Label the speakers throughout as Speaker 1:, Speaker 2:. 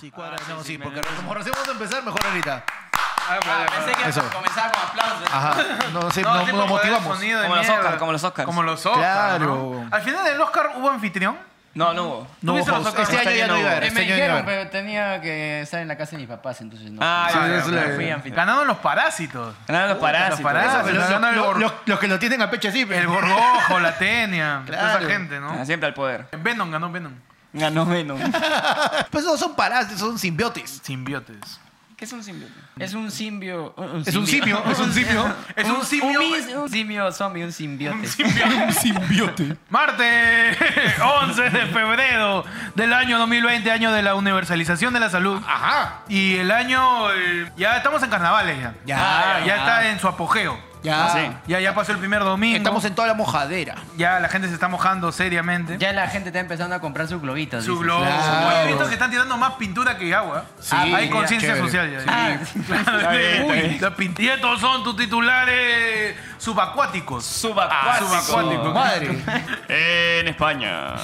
Speaker 1: Sí, cuadra.
Speaker 2: Ah,
Speaker 1: no,
Speaker 2: sí,
Speaker 1: sí,
Speaker 2: sí,
Speaker 1: porque
Speaker 2: menos.
Speaker 1: como recién vamos a empezar, mejor ahorita.
Speaker 2: Ah,
Speaker 3: Ah, pensé que
Speaker 1: Eso.
Speaker 3: iba a comenzar con aplausos.
Speaker 1: Ajá. No, sí,
Speaker 2: No,
Speaker 1: no,
Speaker 2: tipo,
Speaker 1: nos
Speaker 2: joder,
Speaker 1: motivamos.
Speaker 2: sonido de
Speaker 3: Como los Oscar,
Speaker 2: mierda.
Speaker 3: como los Oscar.
Speaker 2: Como los Oscar.
Speaker 1: Claro.
Speaker 2: ¿no? Al final del Oscar hubo anfitrión.
Speaker 3: No, no hubo.
Speaker 1: No,
Speaker 2: ¿Tuviste los
Speaker 1: ojo,
Speaker 2: Oscars?
Speaker 1: este año ya no iba a haber.
Speaker 4: Eh,
Speaker 1: Este
Speaker 4: me
Speaker 1: año ya no iba a
Speaker 4: dijeron,
Speaker 1: haber.
Speaker 4: pero tenía que estar en la casa de mis papás, entonces no.
Speaker 3: Ah,
Speaker 1: Sí,
Speaker 3: ya, ya,
Speaker 1: eso
Speaker 3: ya,
Speaker 1: le-
Speaker 3: fui anfitrión.
Speaker 2: Ganaron los parásitos.
Speaker 3: Ganaron los parásitos.
Speaker 2: los parásitos.
Speaker 1: Pero
Speaker 2: Nos
Speaker 1: lo-
Speaker 2: gana el
Speaker 1: lo-
Speaker 2: Bor-
Speaker 1: los- Los que lo tienen a pecho así,
Speaker 2: El
Speaker 1: pero-
Speaker 2: Gorgojo, la Tenia, toda
Speaker 1: Claro.
Speaker 2: esa gente,
Speaker 3: Ah,
Speaker 2: ¿no?
Speaker 3: Siempre al poder.
Speaker 2: Venom ganó Venom.
Speaker 3: Ganó menos.
Speaker 1: Pues no son parásitos, son simbiotes.
Speaker 2: Simbiotes.
Speaker 3: ¿Qué es un simbiote?
Speaker 4: Es un simbio.
Speaker 1: Es un simio, es un simio.
Speaker 2: Es un simio.
Speaker 4: Un, mis- un simio zombie, un simbiote.
Speaker 1: Un simbiote.
Speaker 2: Martes 11 de febrero del año 2020, año de la universalización de la salud.
Speaker 1: Ajá.
Speaker 2: Y el año. eh, ya estamos en carnavales ya.
Speaker 1: Ya,
Speaker 2: Ah, Ya,
Speaker 3: ya.
Speaker 2: está en su apogeo.
Speaker 1: ya.
Speaker 3: Sí.
Speaker 2: Ya, ya pasó el primer domingo.
Speaker 1: Estamos en toda la mojadera.
Speaker 2: Ya la gente se está mojando seriamente.
Speaker 4: Ya la gente está empezando a comprar sus globitos.
Speaker 2: Su
Speaker 4: dices.
Speaker 2: globo.
Speaker 1: Claro.
Speaker 2: Oye, he visto que están tirando más pintura que agua. Ah,
Speaker 1: Sí,
Speaker 2: Hay
Speaker 1: mira,
Speaker 2: conciencia
Speaker 1: chévere.
Speaker 2: social ya.
Speaker 4: Ah,
Speaker 2: Claro,
Speaker 3: Está bien, está
Speaker 2: uy,
Speaker 3: bien.
Speaker 2: los pin- y estos son tus titulares subacuáticos.
Speaker 3: Subacuático.
Speaker 2: subacuático.
Speaker 1: Madre.
Speaker 3: En España.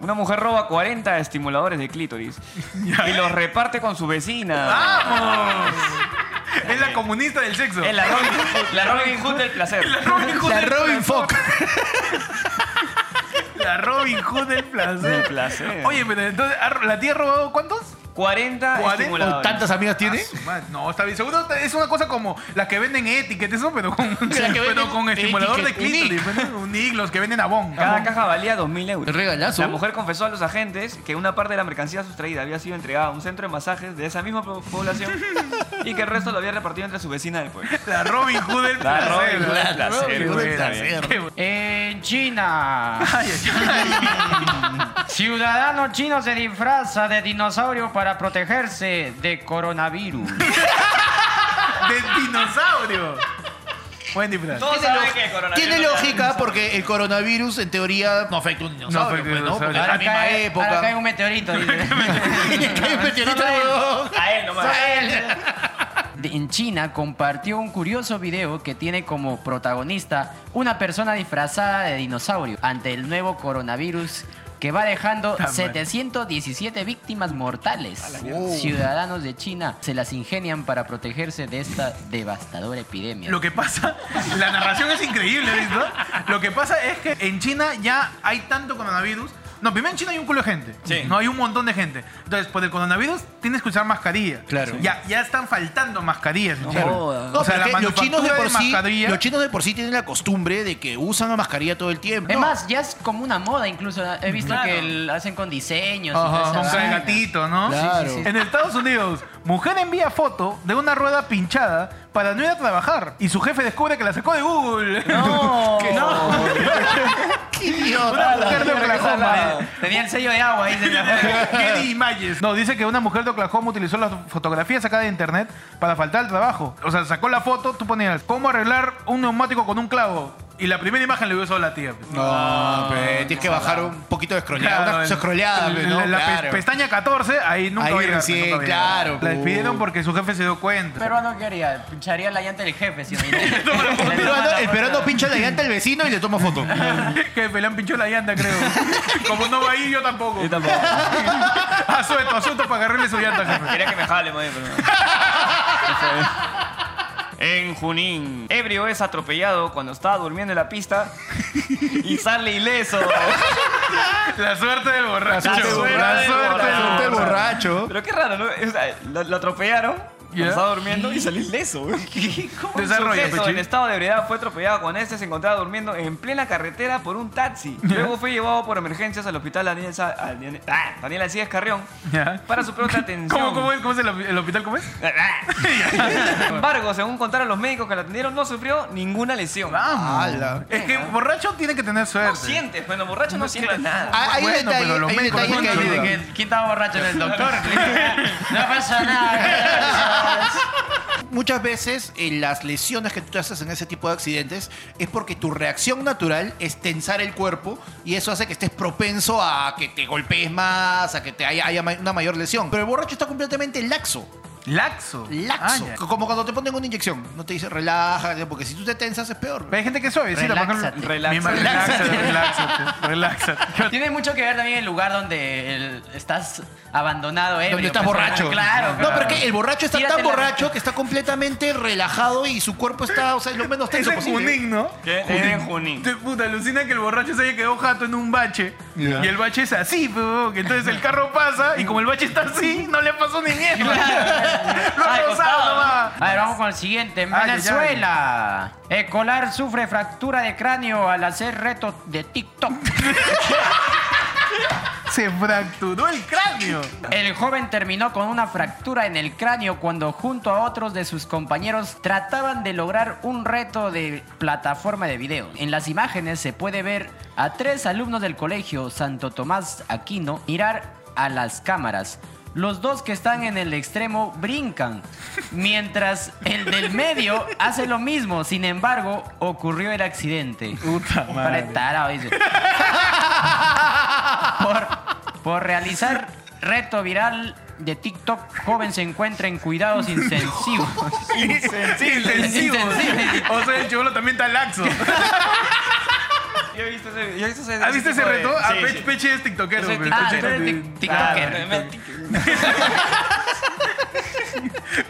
Speaker 3: Una mujer roba 40 estimuladores de clítoris y los reparte con su vecina.
Speaker 2: ¡Vamos! es la comunista del sexo.
Speaker 3: Es la Robin, la Robin Hood del placer.
Speaker 2: Robin Hood
Speaker 1: La
Speaker 2: del
Speaker 1: Robin
Speaker 2: placer.
Speaker 1: Fox.
Speaker 2: La Robin Hood del placer.
Speaker 3: Del placer. Ah,
Speaker 2: Oye, pero entonces, ¿ha- ¿la tía ha robado cuántos?
Speaker 3: 40,
Speaker 2: ¿Cuarenta?
Speaker 1: ¿O
Speaker 3: estimuladores.
Speaker 1: tantas amigas tiene?
Speaker 2: Ah, su madre. No, está bien. Seguro es una cosa como las que venden etiquet, eso, pero con,
Speaker 1: La que
Speaker 2: pero
Speaker 1: venden
Speaker 2: con estimulador de
Speaker 1: Etiquet,
Speaker 2: clítoris. venden Unic, los que venden abón.
Speaker 3: Cada caja valía 2.000 euros.
Speaker 4: Regalazo.
Speaker 3: La mujer confesó a los agentes que una parte de la mercancía sustraída había sido entregada a un centro de masajes de esa misma po- población y que el resto lo había repartido entre su vecina después.
Speaker 2: La Robin Hood del
Speaker 3: La
Speaker 2: placer.
Speaker 3: Robin Hood del
Speaker 2: La
Speaker 3: placer,
Speaker 2: Robin Hood del
Speaker 3: güey, está bien.
Speaker 2: placer.
Speaker 4: En China,
Speaker 2: Ay, ay, ay.
Speaker 4: ciudadano chino se disfraza de dinosaurio para protegerse de coronavirus.
Speaker 2: De dinosaurio. Buen disfraz.
Speaker 3: Todos
Speaker 1: Tiene
Speaker 3: saben
Speaker 1: lógica-
Speaker 3: que el coronavirus
Speaker 1: Tiene
Speaker 3: no está-
Speaker 1: lógica porque el coronavirus en teoría no afecta a un dinosaurio,
Speaker 2: afecta a
Speaker 1: pues,
Speaker 2: un
Speaker 1: ¿no? Porque
Speaker 2: dinosaurio.
Speaker 1: es la
Speaker 4: Ahora
Speaker 1: misma
Speaker 4: cae, ahora cae
Speaker 1: época.
Speaker 4: un meteorito. dice.
Speaker 1: Cae un meteorito, huevón.
Speaker 3: A él nomás.
Speaker 4: De- En China compartió un curioso video que tiene como protagonista una persona disfrazada de dinosaurio ante el nuevo coronavirus que va dejando
Speaker 2: Está mal.
Speaker 4: 717 víctimas mortales.
Speaker 1: mierda.
Speaker 4: Ciudadanos de China se las ingenian para protegerse de esta devastadora epidemia.
Speaker 2: Lo que pasa, la narración es increíble, ¿visto? Lo que pasa es que en China ya hay tanto coronavirus. No, primero en China hay un culo de gente.
Speaker 3: Sí.
Speaker 2: No hay un montón de gente. Entonces, por el coronavirus tienes que usar mascarilla.
Speaker 1: Claro.
Speaker 2: Ya, ya están faltando mascarillas. en
Speaker 3: No
Speaker 2: China.
Speaker 3: jodas.
Speaker 1: No,
Speaker 2: o sea,
Speaker 1: pero
Speaker 2: la
Speaker 1: es que los chinos de
Speaker 2: manufactura
Speaker 1: por sí,
Speaker 2: mascarilla-
Speaker 1: los chinos de por sí tienen la costumbre de que usan la mascarilla todo el tiempo.
Speaker 4: Es
Speaker 1: No,
Speaker 4: más, ya es como una moda incluso. He visto
Speaker 3: Claro.
Speaker 4: que el- hacen con diseños. y
Speaker 1: Ajá.
Speaker 4: toda esa
Speaker 2: con cara de
Speaker 4: vaina.
Speaker 2: gatito, ¿no?
Speaker 1: Claro. sí, sí.
Speaker 2: En Estados Unidos, mujer envía foto de una rueda pinchada para no ir a trabajar y su jefe descubre que la sacó de Google.
Speaker 3: No.
Speaker 1: qué idiota.
Speaker 2: Una mujer de Oklahoma.
Speaker 4: Tenía el sello de agua ahí. señor.
Speaker 2: Kelly Imayes. No, dice que una mujer de Oklahoma utilizó las fotografías sacadas de internet para faltar al trabajo. O sea, sacó la foto, tú ponías cómo arreglar un neumático con un clavo. Y la primera imagen le vio solo a la tía. pues.
Speaker 1: No, pe, tienes que bajar un poquito de scrolleada,
Speaker 2: Claro,
Speaker 1: una
Speaker 2: el-
Speaker 1: cosa scrolleada, pe,
Speaker 2: el-
Speaker 1: ¿no?
Speaker 2: La, la pe-
Speaker 1: Claro.
Speaker 2: pestaña 14, ahí nunca
Speaker 1: Ahí
Speaker 2: va a llegar,
Speaker 1: recién,
Speaker 2: nunca va a llegar.
Speaker 1: claro,
Speaker 2: La despidieron
Speaker 1: uh.
Speaker 2: porque su jefe se dio cuenta.
Speaker 4: El peruano qué haría? pincharía la llanta del jefe. Si no
Speaker 1: El peruano, el peruano pincha la llanta al vecino y le toma foto.
Speaker 2: Jefe, le han pinchado la llanta, creo. Como no va ahí, yo tampoco.
Speaker 3: Yo tampoco.
Speaker 2: Asueto, asueto para agarrarle su llanta, jefe.
Speaker 3: Quería que me jale, madre, pero no. En Junín. Ebrio es atropellado cuando estaba durmiendo en la pista y sale ileso.
Speaker 2: La suerte del borracho.
Speaker 3: La suerte del borracho.
Speaker 1: El borracho.
Speaker 3: Pero qué raro, ¿no? O sea, lo, lo atropellaron. cuando
Speaker 2: Ya.
Speaker 3: Estaba durmiendo y salió ileso. ¿Cómo un
Speaker 2: Desarrolla,
Speaker 3: sujeto
Speaker 2: Pechi.
Speaker 3: en estado de ebriedad fue atropellado cuando este se encontraba durmiendo en plena carretera por un taxi. Luego fue llevado por emergencias al hospital Daniel, Sa- al Daniel- ah, Daniel Alcides Carrión
Speaker 2: Ya.
Speaker 3: para su pronta atención. Ah,
Speaker 2: ¿Cómo, cómo es? ¿Cómo es el, el hospital? ¿Cómo es?
Speaker 3: Sin embargo, según contaron los médicos que la atendieron, no sufrió ninguna lesión.
Speaker 1: Ah, Ala.
Speaker 2: Es que borracho tiene que tener
Speaker 3: No
Speaker 2: suerte.
Speaker 3: sientes, bueno, borracho no sientes nada.
Speaker 1: Ah, Hay un
Speaker 2: Bueno,
Speaker 1: detalle,
Speaker 2: pero los
Speaker 1: hay un
Speaker 2: médicos
Speaker 1: detalle
Speaker 2: no
Speaker 1: que
Speaker 2: ayudan.
Speaker 1: ayuda.
Speaker 4: ¿Quién estaba borracho? El doctor. No pasa nada.
Speaker 1: Muchas veces eh, las lesiones que tú te haces en ese tipo de accidentes es porque tu reacción natural es tensar el cuerpo y eso hace que estés propenso a que te golpees más, a que te haya, haya ma- una mayor lesión. Pero el borracho está completamente laxo.
Speaker 2: Laxo.
Speaker 1: Laxo.
Speaker 2: Ah, ya.
Speaker 1: como cuando te ponen una inyección. No te dicen relaja, porque si tú te tensas es peor.
Speaker 2: Pero Hay gente que es suavecita, por ejemplo.
Speaker 4: Reláxate.
Speaker 2: Mi madre,
Speaker 1: Reláxate.
Speaker 2: Reláxate, reláxate, reláxate.
Speaker 4: Tiene mucho que ver también el lugar donde el- estás abandonado, ebrio.
Speaker 1: Donde estás
Speaker 4: pues,
Speaker 1: borracho.
Speaker 4: Claro,
Speaker 1: No,
Speaker 4: claro.
Speaker 1: pero es que el borracho está
Speaker 4: Tírate
Speaker 1: tan
Speaker 4: la-
Speaker 1: borracho que está completamente relajado y su cuerpo está, o sea, es lo menos
Speaker 2: Es
Speaker 1: tenso
Speaker 2: en
Speaker 1: posible.
Speaker 2: Junín, ¿no?
Speaker 3: ¿Qué? Es en Junín.
Speaker 2: Te puta, alucina que el borracho se haya quedado jato en un bache.
Speaker 1: Ya.
Speaker 2: Y el bache es así, pero que entonces el carro pasa y como el bache está así, no le pasó ni mierda. Lo
Speaker 4: Ay,
Speaker 2: ha
Speaker 4: costado,
Speaker 2: rozado nomás.
Speaker 4: ¿no? A ver, vamos con el siguiente. En
Speaker 2: Ay, ay, ay.
Speaker 4: Venezuela. Escolar sufre fractura de cráneo al hacer retos de TikTok.
Speaker 2: Se fracturó el cráneo.
Speaker 4: El joven terminó con una fractura en el cráneo cuando junto a otros de sus compañeros trataban de lograr un reto de plataforma de video. En las imágenes se puede ver a tres alumnos del colegio Santo Tomás Aquino mirar a las cámaras. Los dos que están en el extremo brincan, mientras el del medio hace lo mismo. Sin embargo, ocurrió el accidente.
Speaker 2: Puta
Speaker 4: Para
Speaker 2: madre.
Speaker 4: el tarado, dice. Por, por realizar reto viral de TikTok, joven se encuentra en cuidados intensivos.
Speaker 2: Insensible.
Speaker 4: Insensible.
Speaker 2: O sea, el chivolo también está laxo.
Speaker 3: Ah, Yo he visto ese, yo he visto ese, Ah,
Speaker 2: ¿Has visto ese
Speaker 3: tipo de-
Speaker 2: reto? A
Speaker 3: Sí,
Speaker 2: Pech
Speaker 3: sí.
Speaker 2: Peche es tiktokero.
Speaker 3: Ese
Speaker 2: pe.
Speaker 4: Ah,
Speaker 3: TikToker.
Speaker 4: tú eres tic-
Speaker 3: Ah,
Speaker 4: tiktoker.
Speaker 3: me- tic-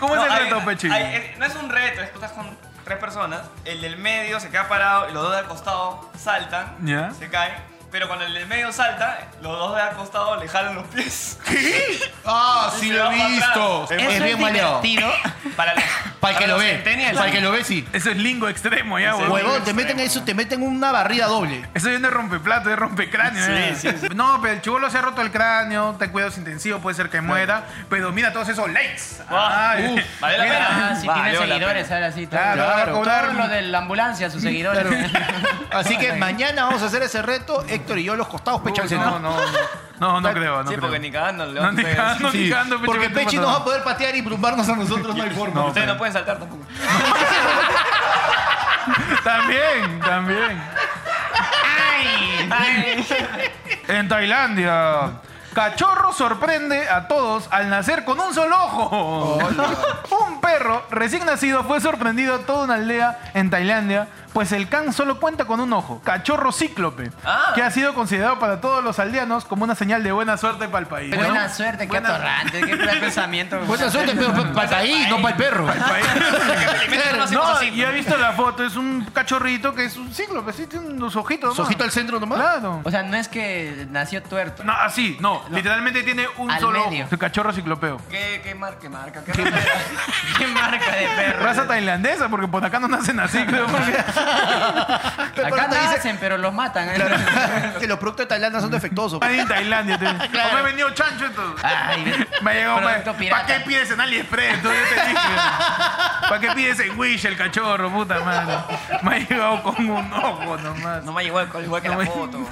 Speaker 2: ¿Cómo es
Speaker 3: No,
Speaker 2: el
Speaker 3: hay-
Speaker 2: reto, Peche?
Speaker 3: hay- es- no es un reto, es que estás con tres personas. El del medio se queda parado y los dos de al costado saltan.
Speaker 2: Ya.
Speaker 3: Se caen. Pero cuando el del medio salta, los dos de al costado le jalan los pies.
Speaker 1: Ah,
Speaker 3: sí lo he visto.
Speaker 4: Eso
Speaker 1: Es bien maleado.
Speaker 4: divertido.
Speaker 3: Para, la-
Speaker 1: Para el que
Speaker 3: para
Speaker 1: lo
Speaker 3: los
Speaker 1: ve.
Speaker 3: centennials.
Speaker 1: Para el que lo ve, sí.
Speaker 2: Eso es lingo extremo, ya,
Speaker 3: Ese
Speaker 2: huevón.
Speaker 1: Huevón, te meten eso, te meten una barrida doble.
Speaker 2: Eso ya no es rompeplato, es rompecráneo.
Speaker 3: Sí,
Speaker 2: ¿eh?
Speaker 3: sí,
Speaker 2: No, pero el chivolo se ha roto el cráneo, ten cuidados intensivos, puede ser que muera. Pero mira todos esos likes.
Speaker 3: Ah,
Speaker 2: Ay,
Speaker 3: uf, vale la
Speaker 2: mira,
Speaker 3: pena.
Speaker 4: Ah, si
Speaker 3: Valió
Speaker 4: tiene
Speaker 3: la
Speaker 4: seguidores,
Speaker 3: pena.
Speaker 4: ahora sí. todo.
Speaker 2: Claro, ahora
Speaker 4: Todo
Speaker 2: cobrar-
Speaker 4: lo de la ambulancia, sus seguidores.
Speaker 1: Así que mañana vamos a hacer ese reto, Héctor y yo, los costados pecho al
Speaker 2: no,
Speaker 1: centro.
Speaker 2: no, no, no, no creo, no
Speaker 3: Pues Sí,
Speaker 2: creo.
Speaker 3: porque ni cagando le
Speaker 2: No,
Speaker 3: van
Speaker 2: ni
Speaker 3: a ustedes.
Speaker 2: cagando,
Speaker 1: Sí,
Speaker 2: ni cagando, pues, Peche,
Speaker 1: porque
Speaker 2: vete
Speaker 1: Pechi
Speaker 2: pa'
Speaker 1: no va a
Speaker 2: atrás.
Speaker 1: poder patear y plumbarnos a nosotros, no hay forma.
Speaker 3: Ustedes no pueden saltar tampoco.
Speaker 2: También, también.
Speaker 4: ¡Ay!
Speaker 2: En Tailandia. Cachorro sorprende a todos al nacer con un solo ojo. un perro recién nacido fue sorprendido toda una aldea en Tailandia, pues el can solo cuenta con un ojo, cachorro cíclope,
Speaker 3: Ah.
Speaker 2: que ha sido considerado para todos los aldeanos como una señal de buena suerte para el país.
Speaker 4: Buena suerte, qué atorrante, qué pensamiento.
Speaker 1: Buena Pues suerte, pero para el país, no para el perro.
Speaker 3: no se-
Speaker 1: Claro.
Speaker 2: No, y he visto la foto, es un cachorrito que es un cíclope, sí, tiene unos ojitos. nomás.
Speaker 1: Sojito al centro nomás.
Speaker 2: Claro.
Speaker 4: O sea, no es que nació tuerto.
Speaker 2: No, así, no, literalmente tiene un
Speaker 4: Al
Speaker 2: solo
Speaker 4: medio.
Speaker 2: ojo. el cachorro ciclopeo.
Speaker 3: ¿Qué, qué marca? ¿Qué marca? ¿Qué marca?
Speaker 4: ¿Qué marca de perro?
Speaker 2: Raza tailandesa, porque por acá no nacen así, creo.
Speaker 1: Pero
Speaker 4: Acá
Speaker 1: te dice-
Speaker 4: nacen, pero los matan. ¿eh?
Speaker 1: que los productos de Tailandia son defectuosos.
Speaker 2: Están en Tailandia. te-
Speaker 1: Claro.
Speaker 2: O me he venido chancho esto.
Speaker 4: Ay, ve-
Speaker 2: Me llegó,
Speaker 4: Producto pirata.
Speaker 2: ¿para qué pides en AliExpress? Tú, yo te dije. ¿Para qué pides en Wish el cachorro, puta madre? Me ha llegado con un ojo nomás.
Speaker 3: No me llegó el igual que la foto.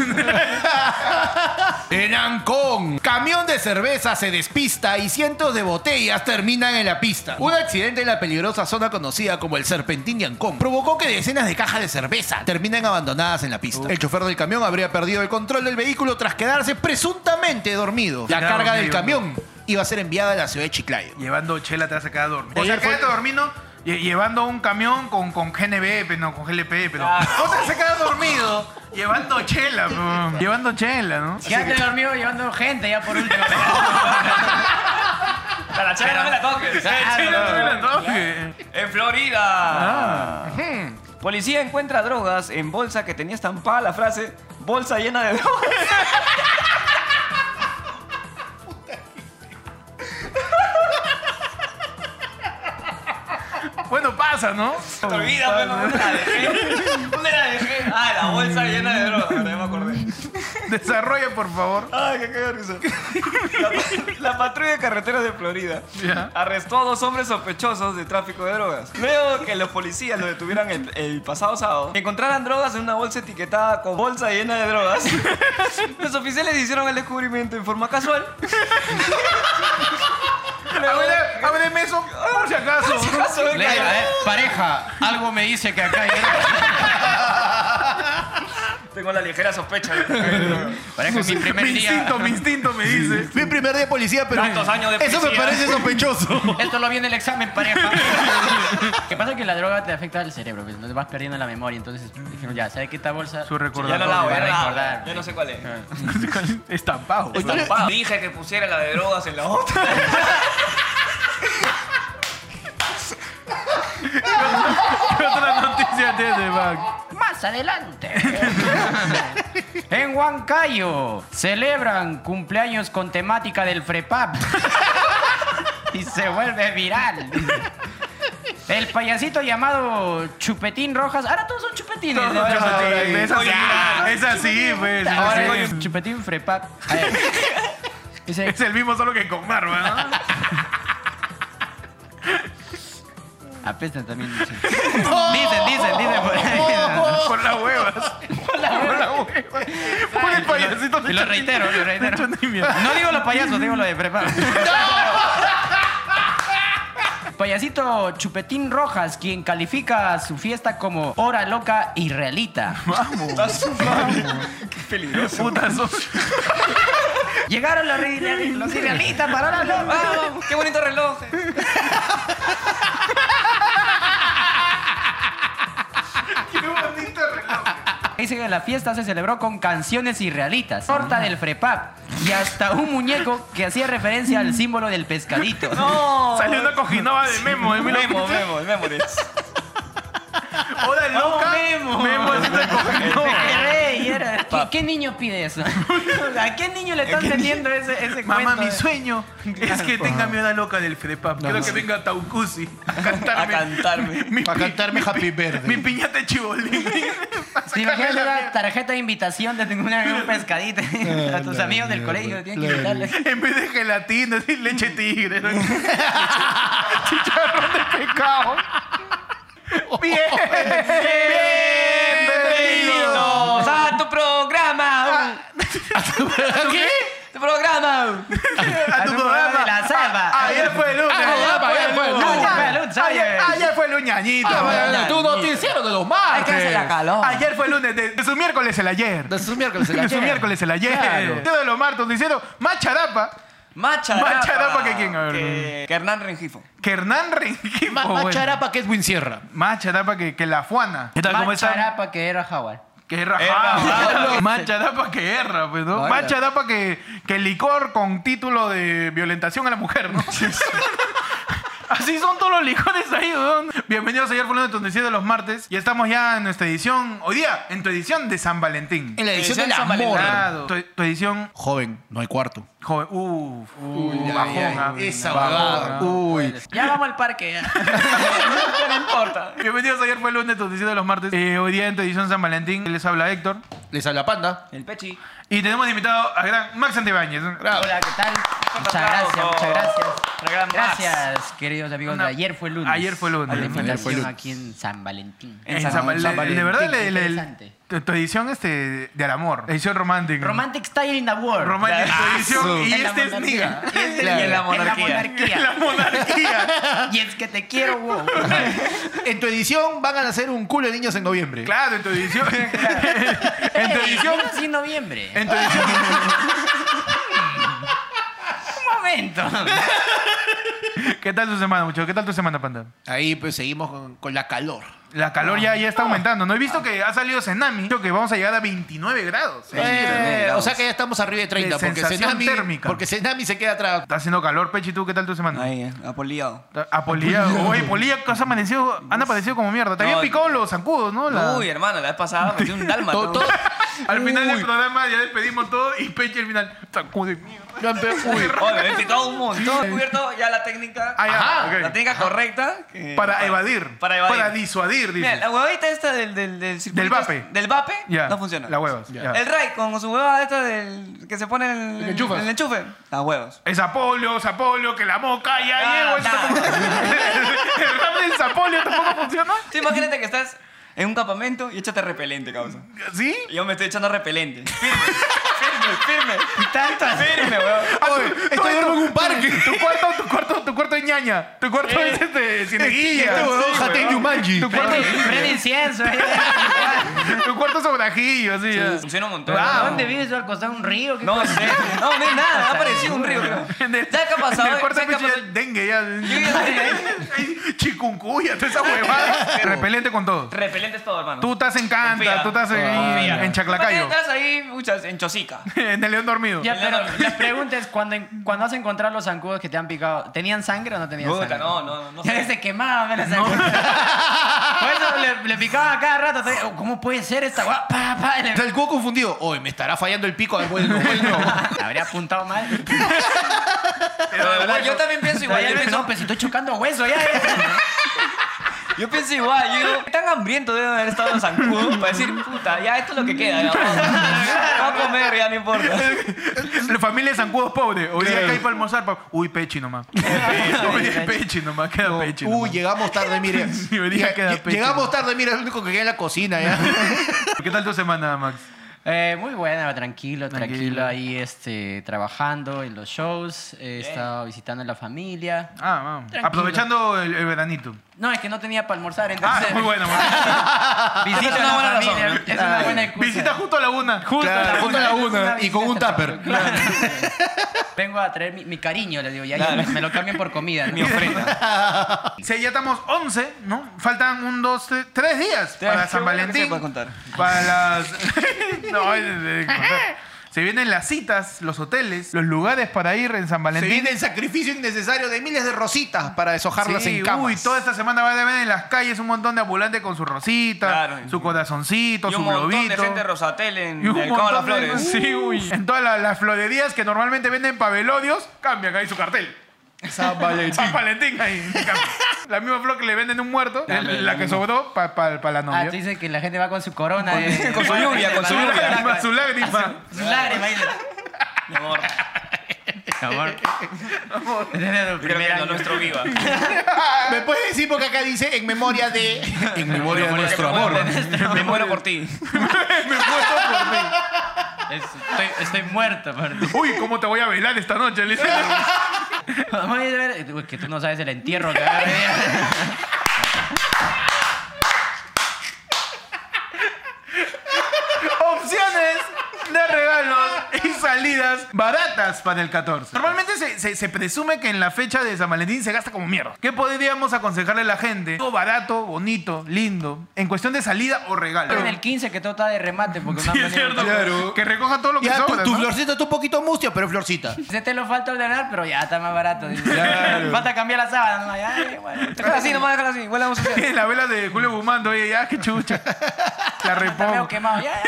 Speaker 1: En Ancón, camión de cerveza se despista y cientos de botellas terminan en la pista. Un accidente en la peligrosa zona conocida como el Serpentín de Ancón provocó que decenas de cajas de cerveza terminen abandonadas en la pista. El chofer del camión habría perdido el control del vehículo tras quedarse presuntamente dormido. La
Speaker 2: Claro,
Speaker 1: carga
Speaker 2: ok,
Speaker 1: del
Speaker 2: ok.
Speaker 1: camión iba a ser enviada a la ciudad de Chiclayo.
Speaker 2: Llevando chela te vas a quedar dormido. O
Speaker 1: Ayer
Speaker 2: sea,
Speaker 1: fue-
Speaker 2: quédate dormido lle- llevando un camión con, con GNB, pero no, con GLP, pero...
Speaker 3: Ah.
Speaker 2: O sea, se queda dormido llevando chela, bro. Llevando chela, ¿no?
Speaker 4: Ya te dormido llevando gente ya por último.
Speaker 3: A la chela no me la toques.
Speaker 2: Chela, ¿no?
Speaker 3: En Florida. Ah. Ujú. Policía encuentra drogas en bolsa que tenía estampada la frase bolsa llena de drogas.
Speaker 2: Bueno, pasa, ¿no?
Speaker 3: Te olvidas, pues, no, ¿dónde la dejé? ¿Dónde la dejé? Ah, la bolsa llena de drogas. Ahora ya me acordé.
Speaker 2: Desarrolla, por favor.
Speaker 3: Ay, qué cagada de risa. La, pa- la patrulla de carreteras de Florida
Speaker 2: Ya.
Speaker 3: arrestó a dos hombres sospechosos de tráfico de drogas. Luego que los policías los detuvieran el, el pasado sábado, encontraran drogas en una bolsa etiquetada con bolsa llena de drogas. Los oficiales hicieron el descubrimiento en forma casual. Luego-
Speaker 2: Abre- Ábreme eso por si acaso.
Speaker 3: Caso de
Speaker 4: Le digo,
Speaker 3: que-
Speaker 4: eh, pareja, algo me dice que acá hay
Speaker 3: Tengo la ligera sospecha. de-
Speaker 5: Parece mi primer
Speaker 2: Mi
Speaker 5: día.
Speaker 2: instinto, mi instinto me dice.
Speaker 1: Mi primer día de policía, pero.
Speaker 3: Tantos años de
Speaker 1: Eso me
Speaker 3: policía.
Speaker 1: parece sospechoso.
Speaker 4: Esto lo vi en el examen, pareja. ¿Qué pasa? Que la droga te afecta al cerebro, pues no te vas perdiendo la memoria. Entonces dijeron, ya, ¿sabes qué esta bolsa?
Speaker 2: Su
Speaker 3: Ya no
Speaker 2: recordatorio.
Speaker 3: la hago, ya no
Speaker 4: Para
Speaker 3: la hago.
Speaker 4: recordar.
Speaker 3: Ya no sé cuál es.
Speaker 2: Estampado.
Speaker 3: Papá, Dije que pusiera la de drogas en la otra.
Speaker 2: ¿Qué otra noticia tiene, Mac?
Speaker 4: Más adelante. en Huancayo celebran cumpleaños con temática del Frepap. y se vuelve viral. El payasito llamado Chupetín Rojas. Ahora todos son chupetines.
Speaker 3: Todos
Speaker 4: ¿no?
Speaker 3: son chupetines.
Speaker 2: Ahora, Es así,
Speaker 3: Original.
Speaker 2: es así, pues. es
Speaker 4: ah, Ahora
Speaker 2: así.
Speaker 4: es Chupetín Frepap. A ver. Dice,
Speaker 2: Es el mismo, solo que con barba, ¿no?
Speaker 4: Apestan también. Dicen, dicen, dicen. dicen por ahí.
Speaker 2: Con las huevas. Oh. Con las huevas. Por el payasito
Speaker 4: Y
Speaker 2: de
Speaker 4: lo
Speaker 2: Chucky.
Speaker 4: reitero, lo reitero.
Speaker 2: De Chucky.
Speaker 4: No digo los payasos, digo lo de preparo. Payasito Chupetín Rojas, quien califica su fiesta como hora loca y realita.
Speaker 3: Qué peligroso.
Speaker 2: Puta, son-
Speaker 4: Llegaron los, re- re- los irrealistas para hora loca.
Speaker 3: Vamos, qué bonito reloj.
Speaker 4: Dice que la fiesta se celebró con canciones irrealitas, torta del frepap y hasta un muñeco que hacía referencia al símbolo del pescadito.
Speaker 3: No.
Speaker 2: Salió una cojinaba de Memo, de Memo.
Speaker 3: Memo, Memo, el Memo. es.
Speaker 2: Hora loca.
Speaker 4: Memo.
Speaker 2: Memo es una cojinaba.
Speaker 4: Qué rey, era- ¿Qué, qué niño pide eso? ¿A qué niño le están vendiendo ese, ese
Speaker 2: Mamá,
Speaker 4: cuento
Speaker 2: mi
Speaker 4: de-
Speaker 2: sueño es que tenga mi hora loca del Frepap. Quiero que venga Taucusi a
Speaker 3: A
Speaker 2: cantarme.
Speaker 3: cantarme.
Speaker 2: Mi,
Speaker 1: Para
Speaker 2: pi-
Speaker 1: cantarme Happy Verde.
Speaker 2: mi piñata de chibolín.
Speaker 4: ¿Te imaginas una tarjeta de invitación de tener una- un pescadito
Speaker 1: Ah,
Speaker 4: a tus amigos del colegio? Tienen que invitarles.
Speaker 2: En vez de gelatina, es leche tigre. ¿no? Chicharrón de pescado. Bien. Bienvenido.
Speaker 3: Bienvenidos a tu programa.
Speaker 1: Ah. ¿Qué?
Speaker 3: Tu programa.
Speaker 2: A tu programa.
Speaker 4: de la selva.
Speaker 2: Ah, Ayer fue el lunes.
Speaker 1: Ah, ayer fue el lunes.
Speaker 2: Ayer fue el
Speaker 4: lunes. Ah,
Speaker 2: Ayer- Ayer fue el lunes, ñañito.
Speaker 1: Tu noticiero de los martes.
Speaker 3: calor.
Speaker 2: Ayer fue el lunes. De, de su miércoles el ayer.
Speaker 1: De sus miércoles el
Speaker 2: De su
Speaker 1: ayer.
Speaker 2: miércoles el ayer.
Speaker 1: Claro.
Speaker 2: Todo de los martes diciendo más charapa
Speaker 3: Macharapa.
Speaker 2: Más charapa que quién, a ver.
Speaker 3: Que, que Hernán Rengifo.
Speaker 2: que Hernán Rengifo.
Speaker 4: Oh,
Speaker 1: Más, más
Speaker 2: bueno.
Speaker 1: charapa que es Winsierra.
Speaker 2: Más charapa que, que la Juana. ¿Qué
Speaker 4: Más charapa que era jaguar.
Speaker 2: Que es rajado. Más charapa que erra, pues, ¿no? Más charapa que, que licor con título de violentación a la mujer, ¿no? Así son todos los licores ahí, weón. Bienvenidos ayer por de Tondecido de los martes. Y estamos ya en nuestra edición, hoy día, en tu edición de San Valentín.
Speaker 1: En la edición
Speaker 3: Edición
Speaker 1: del
Speaker 3: San
Speaker 1: amor.
Speaker 3: Valentín.
Speaker 2: Claro. Tu, tu edición,
Speaker 1: Joven, no hay cuarto.
Speaker 2: joven, uff, bajón. ah,
Speaker 1: Esa
Speaker 2: bajón,
Speaker 1: huevada.
Speaker 2: ah.
Speaker 1: Uy.
Speaker 4: Ya vamos al parque. ya.
Speaker 3: No importa.
Speaker 2: Bienvenidos ayer fue el lunes, tu edición de los martes. Eh, hoy día en tu edición San Valentín les habla Héctor.
Speaker 1: Les habla Panda.
Speaker 3: El Pechi.
Speaker 2: Y tenemos invitado a gran Max Antibáñez.
Speaker 4: Hola, ¿qué tal? Muchas gracias, muchas gracias.
Speaker 3: Gran Max.
Speaker 4: Gracias, queridos amigos.
Speaker 2: Una-
Speaker 4: de Ayer fue lunes.
Speaker 2: Ayer fue lunes.
Speaker 4: A la
Speaker 2: Ayer
Speaker 1: fue
Speaker 4: invitación
Speaker 1: lunes.
Speaker 4: aquí en San Valentín.
Speaker 2: En
Speaker 3: San-
Speaker 2: San, Val-
Speaker 1: San
Speaker 2: le-
Speaker 1: Valentín.
Speaker 2: De verdad, le-
Speaker 4: Qué
Speaker 2: le-
Speaker 4: interesante.
Speaker 2: tu, tu edición este de amor. Edición romántica.
Speaker 4: Romantic Style in the World.
Speaker 2: Romántica. tu edición.
Speaker 1: su-
Speaker 2: Y
Speaker 4: En la
Speaker 2: este es
Speaker 4: monarquía.
Speaker 2: Niga.
Speaker 4: Y este-
Speaker 1: Claro.
Speaker 4: y en la monarquía.
Speaker 2: La monarquía.
Speaker 4: Y es que te quiero, wow.
Speaker 1: En tu edición van a nacer un culo de niños en noviembre.
Speaker 2: Claro, en tu edición. en tu edición.
Speaker 4: en noviembre.
Speaker 2: En tu edición.
Speaker 4: Un momento.
Speaker 2: ¿Qué tal tu semana, muchachos? ¿Qué tal tu semana, Panda?
Speaker 1: Ahí pues seguimos con, con la calor.
Speaker 2: La calor ya, ya está aumentando. No he visto que ha salido Cenami. Creo que vamos a llegar a 29 grados.
Speaker 1: Eh,
Speaker 3: grados.
Speaker 1: o sea que ya estamos arriba de 30
Speaker 2: De
Speaker 1: porque
Speaker 2: sensación
Speaker 1: Senami,
Speaker 2: térmica.
Speaker 1: porque Senami se queda atrás.
Speaker 2: Está haciendo calor, Pechi. ¿Tú qué tal tu semana?
Speaker 3: Ahí, apoliado.
Speaker 2: Apolía. Oye, Polía, has amanecido, han aparecido como mierda. Te
Speaker 3: No,
Speaker 2: habían picado los zancudos, ¿no? La-
Speaker 3: Uy, hermano, la vez pasada metí un
Speaker 1: Todo,
Speaker 3: dálmata.
Speaker 1: todo-
Speaker 2: Al final del programa ya despedimos todo y Peche al final sacude mierda.
Speaker 1: Yo empe- uy.
Speaker 3: Oye, me he picado un montón. He descubierto ya la técnica.
Speaker 2: Ah, ya, ok.
Speaker 3: La técnica correcta. que-
Speaker 2: Para evadir.
Speaker 3: Para evadir.
Speaker 2: disuadir, dice.
Speaker 3: Mira, la huevita esta del, del, del circulito
Speaker 2: Del vape.
Speaker 3: este- Del vape
Speaker 2: Ya,
Speaker 3: no funciona.
Speaker 2: La huevas. ya.
Speaker 3: El Ray con su hueva esta del que se pone en el,
Speaker 1: enchufe.
Speaker 3: el enchufe. Las huevas.
Speaker 2: Es Apolio, Zapolio, que la moca, eh, ya
Speaker 3: Ah,
Speaker 2: llego. eso
Speaker 3: nah.
Speaker 2: tampoco- el rap del Zapolio tampoco funciona.
Speaker 3: Tú imagínate que estás en un campamento y échate repelente, causa.
Speaker 2: ¿Sí?
Speaker 3: Yo me estoy echando repelente. Firme, firme, firme. Ah, Tanto. Firme, huevón.
Speaker 2: Ah,
Speaker 1: Oye, estoy durmiendo en un parque.
Speaker 2: Tu cuarto, tu cuarto, tu cuarto de ñaña. Tu cuarto
Speaker 3: Eh.
Speaker 2: es este,
Speaker 1: Este
Speaker 2: cineguilla.
Speaker 1: huevón,
Speaker 2: Sí,
Speaker 1: Jatén
Speaker 2: huevón.
Speaker 1: Yumanji.
Speaker 2: Tu cuarto,
Speaker 4: Prende, prende incienso. eh.
Speaker 2: tu cuarto es obrajillo, así. ya.
Speaker 3: Funciona un montón.
Speaker 4: ¿A ¿Dónde vives? ¿Al costado de un río? ¿Qué
Speaker 3: No
Speaker 4: cosa?
Speaker 3: sé. No, no es nada. Ha aparecido un río, creo.
Speaker 2: En el-
Speaker 3: ¿Sabes qué ha pasado?
Speaker 2: en el cuarto
Speaker 3: ¿Sabes qué ha
Speaker 2: pinche
Speaker 3: pasado?
Speaker 2: ya dengue, ya.
Speaker 3: Yo ya sé.
Speaker 2: Chicuncuya, toda esa huevada. Repelente con todo.
Speaker 3: Repelente es todo, hermano.
Speaker 2: Tú estás en Canta,
Speaker 3: Confía.
Speaker 2: tú estás en,
Speaker 3: Confía.
Speaker 2: en Chaclacayo,
Speaker 3: Estás ahí, muchas, en Chosica.
Speaker 2: en el León Dormido.
Speaker 4: Ya, pero la pregunta es, cuando, en- cuando has encontrado los zancudos que te han picado, ¿tenían sangre o no tenían
Speaker 3: Puta,
Speaker 4: sangre?
Speaker 3: no, no, no
Speaker 4: Ya
Speaker 3: sé.
Speaker 4: se quemaban de la sangre. Por eso le, le picaban a cada rato. así, "Oh, ¿Cómo puede ser esta guapa? Pa, pa", y le-
Speaker 1: O sea, el cubo confundido. Oye, me estará fallando el pico. A ver, bueno, bueno.
Speaker 4: Habría apuntado mal.
Speaker 3: Pero igual, yo también pienso igual.
Speaker 4: Igual
Speaker 3: Yo pienso,
Speaker 4: no, pues estoy chocando hueso ya. ya".
Speaker 3: yo pienso igual. Yo digo, ¿qué tan hambriento deben haber estado los zancudos para decir, puta, ya esto es lo que queda. ya, vamos. Vamos a comer, ya no importa.
Speaker 2: La familia de Zancudos pobre. Hoy día
Speaker 1: Claro.
Speaker 2: que hay para almorzar. pa- Uy, pechi nomás. Hoy día hay pechi nomás. Queda pechi.
Speaker 1: Uy,
Speaker 2: Uy,
Speaker 1: llegamos tarde, mire.
Speaker 2: Sí, hoy día
Speaker 1: Lle-
Speaker 2: queda
Speaker 1: lle-
Speaker 2: pecho.
Speaker 1: llegamos tarde, mira, es lo único que queda en la cocina ya.
Speaker 2: ¿Qué tal tu semana, Max?
Speaker 4: Eh, muy buena, tranquilo, tranquilo,
Speaker 2: Tranquilo.
Speaker 4: ahí este, trabajando en los shows. He estado visitando a la familia.
Speaker 2: Ah, vamos.
Speaker 4: Tranquilo.
Speaker 2: Aprovechando el, el veranito.
Speaker 4: No, es que no tenía para almorzar,
Speaker 2: Ah,
Speaker 4: entonces...
Speaker 2: muy bueno. man.
Speaker 4: Visita
Speaker 3: Es una
Speaker 4: a la
Speaker 3: buena razón,
Speaker 4: familia,
Speaker 3: ¿no? Ah,
Speaker 4: Es una buena excusa.
Speaker 2: Visita justo a la una.
Speaker 4: Justo
Speaker 1: Claro,
Speaker 4: a la
Speaker 1: justo a
Speaker 4: una,
Speaker 1: la
Speaker 4: es
Speaker 1: una,
Speaker 4: una
Speaker 1: y con un
Speaker 4: visita,
Speaker 1: tupper.
Speaker 4: claro. Vengo a traer mi, mi cariño, le digo, ya ya
Speaker 3: Claro.
Speaker 4: me, me lo cambian por comida. ¿no?
Speaker 3: Mi ofrenda.
Speaker 2: Sí, ya estamos 11, ¿no? Faltan un, dos, tres, tres días
Speaker 3: Tres,
Speaker 2: para
Speaker 3: qué
Speaker 2: San
Speaker 3: bueno que
Speaker 2: Valentín.
Speaker 3: se puede contar.
Speaker 2: Para las. no, es de contar. Se vienen las citas, los hoteles, los lugares para ir en San
Speaker 1: Se
Speaker 2: Valentín.
Speaker 1: viene el sacrificio innecesario de miles de rositas para deshojarlas
Speaker 2: Sí,
Speaker 1: en camas.
Speaker 2: Uy, toda esta semana van a ver en las calles un montón de ambulantes con su rosita,
Speaker 3: Claro.
Speaker 2: su corazoncito,
Speaker 3: Y
Speaker 2: su
Speaker 3: un montón de
Speaker 2: globito.
Speaker 3: gente de Rosatel en
Speaker 2: y un
Speaker 3: el Cabo de las
Speaker 2: montón de-
Speaker 3: Flores.
Speaker 2: Sí, uy. En todas la- las, florerías que normalmente venden pavelodios, cambian ahí su cartel.
Speaker 1: San Valentín.
Speaker 2: San Valentín ahí. cambian. la misma flor que le venden a un muerto,
Speaker 3: Dame,
Speaker 2: la,
Speaker 3: la
Speaker 2: que
Speaker 3: misma.
Speaker 2: sobró para la
Speaker 4: Ah,
Speaker 2: novia.
Speaker 4: tú dices que la gente va con su corona. de-
Speaker 3: con su lluvia, con su
Speaker 2: su
Speaker 3: lluvia.
Speaker 2: lágrima, su lágrima.
Speaker 4: Sus lágrimas. ahí.
Speaker 3: Mi amor,
Speaker 4: Amor. Desde el
Speaker 3: yo creo
Speaker 4: primer
Speaker 3: que no
Speaker 4: año.
Speaker 3: nuestro viva.
Speaker 1: ¿Me puedes decir porque acá dice en memoria de. En memoria de nuestro amor.
Speaker 3: Me muero por ti.
Speaker 4: Es- Estoy, estoy muerto. por-
Speaker 2: Uy, ¿cómo te voy a bailar esta noche? Le dice.
Speaker 4: Vamos a ir a ver- Uy, que tú no sabes el entierro que va a haber.
Speaker 2: Opciones de regalos y salidas baratas para el 14. Normalmente se, se- se presume que en la fecha de San Valentín se gasta como mierda. ¿Qué podríamos aconsejarle a la gente? Algo barato, bonito, lindo, en cuestión de salida o regalo.
Speaker 4: En el 15 que todo está de remate. Porque no
Speaker 2: Sí,
Speaker 4: han
Speaker 2: es
Speaker 4: venido.
Speaker 2: cierto.
Speaker 1: Claro.
Speaker 2: Que recoja todo lo que
Speaker 1: Ya, tu,
Speaker 2: sobra.
Speaker 1: tu
Speaker 2: ¿no?
Speaker 1: florcita está un poquito mustia, pero es florcita.
Speaker 4: Se te lo falta ordenar, pero ya está más barato. dice. Falta cambiar la sábana. No, ya, eh, bueno.
Speaker 3: Déjala así, nomás déjala así. Huele a un social.
Speaker 2: Tiene la vela de Julio Guzmán, oye, ya, qué chucha. La
Speaker 4: Está medio
Speaker 2: repongo.
Speaker 4: quemado. Ya, ya.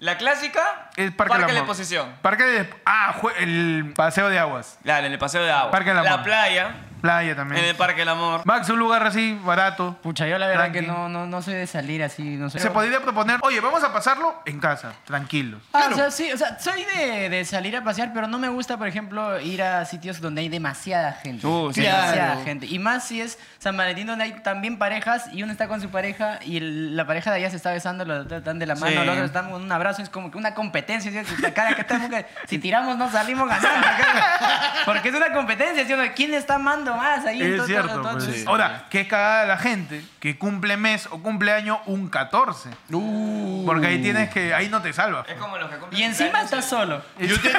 Speaker 3: La clásica,
Speaker 2: El Parque, del
Speaker 3: de la
Speaker 2: Amor.
Speaker 3: Exposición.
Speaker 2: Parque de... Ah, jue- el paseo de aguas.
Speaker 3: Claro, en el Paseo de Agua.
Speaker 2: Parque del Amor.
Speaker 3: La playa,
Speaker 2: Playa
Speaker 3: en el
Speaker 2: también.
Speaker 3: Parque del Amor.
Speaker 2: Max, un lugar así, barato.
Speaker 4: Pucha, yo la verdad
Speaker 2: Tranqui.
Speaker 4: que no, no, no soy de salir así, no sé.
Speaker 2: Se podría proponer, oye, vamos a pasarlo en casa, tranquilos.
Speaker 4: Ah, o sea, sí, o sea, soy de, de salir a pasear, pero no me gusta, por ejemplo, ir a sitios donde hay demasiada gente.
Speaker 3: Uh, sí.
Speaker 4: demasiada
Speaker 1: Claro.
Speaker 4: gente. Y más si es San Valentín, donde hay también parejas y uno está con su pareja y el- la pareja de allá se está besando, los otros están de la mano,
Speaker 3: Sí.
Speaker 4: los otros están con un abrazo, es como que una competencia. ¿sí? La cara que estamos que si tiramos, no salimos ganando. cara. Porque es una competencia, ¿sí? o no? ¿quién está amando más ahí?
Speaker 2: Es
Speaker 4: Todo-
Speaker 2: cierto.
Speaker 4: todo- todo-
Speaker 2: pues.
Speaker 4: todo-
Speaker 2: Ahora, qué cagada la gente que cumple mes o cumple año un 14. Uh. Porque
Speaker 1: Uh.
Speaker 2: ahí tienes que, ahí no te salvas.
Speaker 3: Es como los que cumplen
Speaker 4: Y encima
Speaker 3: cumpleaños
Speaker 4: estás solo.
Speaker 1: Yo tengo,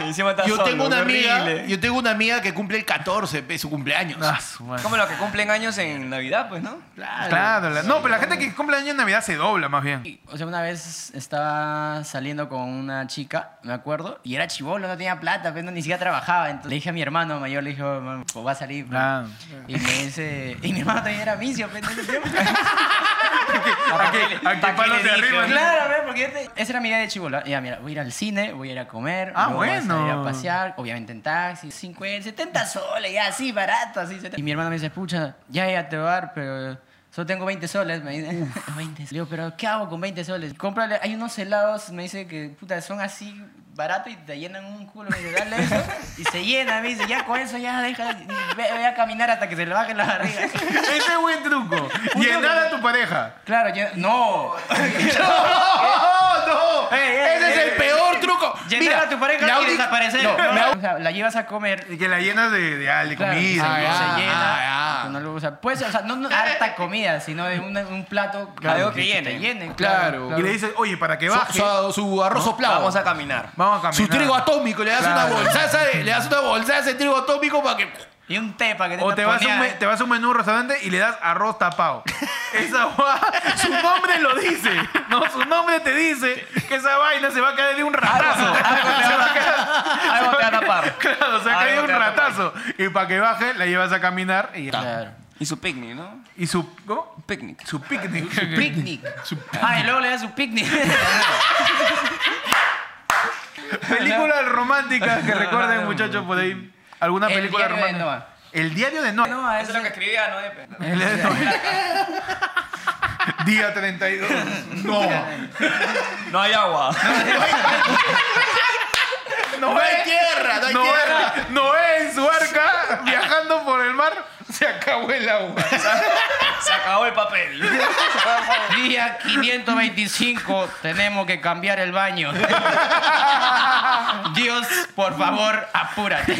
Speaker 3: y- y encima estás
Speaker 1: yo
Speaker 3: solo,
Speaker 1: tengo una amiga,
Speaker 3: horrible.
Speaker 1: yo tengo una amiga que cumple el 14, es su cumpleaños.
Speaker 2: Ah, su madre.
Speaker 3: Como los que cumplen años en Navidad, pues, ¿no?
Speaker 2: Claro, la- no, pero la gente que cumple año en Navidad se dobla más bien.
Speaker 4: Y, O sea, una vez estaba saliendo con una chica, me acuerdo, y era chivolo, no tenía plata, pero ni siquiera trabajaba. Entonces le dije a mi hermano mayor, le dije, "Oh, hermano, pues, va a salir. pues".
Speaker 2: Ah.
Speaker 4: Y me dice, y mi hermano también era vicio, pues, en ese tiempo.
Speaker 2: ¿A qué, a qué
Speaker 3: ¿Para qué
Speaker 2: palo
Speaker 3: le
Speaker 2: te
Speaker 3: dije?
Speaker 2: arriban?
Speaker 4: claro, ve, porque este- esa era mi idea de chivolo. Ya, mira, voy a ir al cine, voy a ir a comer,
Speaker 2: Ah,
Speaker 4: luego voy a
Speaker 2: bueno.
Speaker 4: salir a pasear, obviamente en taxi, 50, 70 soles, ya así, barato, así. 70. Y mi hermano me dice, pucha, ya, ya te voy a dar, pero solo tengo 20 soles, me dice. 20. Le digo, pero ¿qué hago con 20 soles? Cómprale, hay unos helados, me dice que, puta, son así, barato y te llenan un culo. Me dice, dale eso. Y se llena, me dice, ya con eso ya deja, y ve, ve a caminar hasta que se le baje la barriga.
Speaker 2: Ese es buen truco. Llenar a tu pareja.
Speaker 4: Claro, yo, no.
Speaker 1: ¡No! no!
Speaker 4: Ey, ey,
Speaker 1: ese es
Speaker 4: ey,
Speaker 1: el peor truco.
Speaker 4: Llenar
Speaker 1: Mira,
Speaker 4: a tu pareja
Speaker 1: la
Speaker 4: y
Speaker 1: única-
Speaker 4: desaparecer.
Speaker 1: No, la-
Speaker 4: O sea, la llevas a comer.
Speaker 2: Y que la llenas de, de, ah, de
Speaker 4: Claro,
Speaker 2: comida.
Speaker 1: Ah,
Speaker 4: se,
Speaker 1: ya,
Speaker 4: se
Speaker 1: ah,
Speaker 4: llena.
Speaker 1: ya.
Speaker 4: no lo usa. Pues, o sea, no, no harta comida, sino de un, un plato
Speaker 3: Claro, que
Speaker 4: te
Speaker 3: llene.
Speaker 4: llene,
Speaker 1: Claro.
Speaker 2: Y le dices, oye, para que
Speaker 1: su-
Speaker 2: baje,
Speaker 1: su, su arroz soplado.
Speaker 3: Vamos a caminar.
Speaker 2: vamos a
Speaker 1: su
Speaker 2: caminar.
Speaker 1: trigo atómico, le das
Speaker 2: Claro.
Speaker 1: una bolsaza de, le das una bolsaza de trigo atómico para que
Speaker 4: Y un té para que te
Speaker 2: O te vas, a un, me-
Speaker 4: taponeas.
Speaker 2: te vas a un menú a un restaurante y le das arroz tapado. Esa va, su nombre lo dice. No, su nombre te dice que esa vaina se va a caer de un ratazo. Se va a caer-
Speaker 4: Algo te va a tapar.
Speaker 2: Claro, se va a caer de
Speaker 4: Algo
Speaker 2: un
Speaker 4: te va a tapar.
Speaker 2: ratazo. Y para que baje, la llevas a caminar y ya.
Speaker 4: Claro.
Speaker 3: Y su picnic, ¿no?
Speaker 2: Y su. ¿Cómo?
Speaker 3: Picnic.
Speaker 2: Su picnic.
Speaker 4: Picnic. Ah, y luego le das su picnic.
Speaker 2: Películas románticas que recuerden, muchachos, por ahí. ¿Alguna
Speaker 4: El
Speaker 2: película
Speaker 4: diario de
Speaker 2: romántica? El diario de Noah.
Speaker 4: no,
Speaker 3: Eso es lo que escribía, ¿no? Epe?
Speaker 2: El diario de Noah. Día 32. No.
Speaker 3: No hay agua.
Speaker 1: no hay tierra, no hay tierra.
Speaker 2: Noé, Noé en su arca, viajando por el mar, se acabó el agua.
Speaker 3: Se acabó el papel.
Speaker 4: Día 525, tenemos que cambiar el baño. Dios, por favor, apúrate.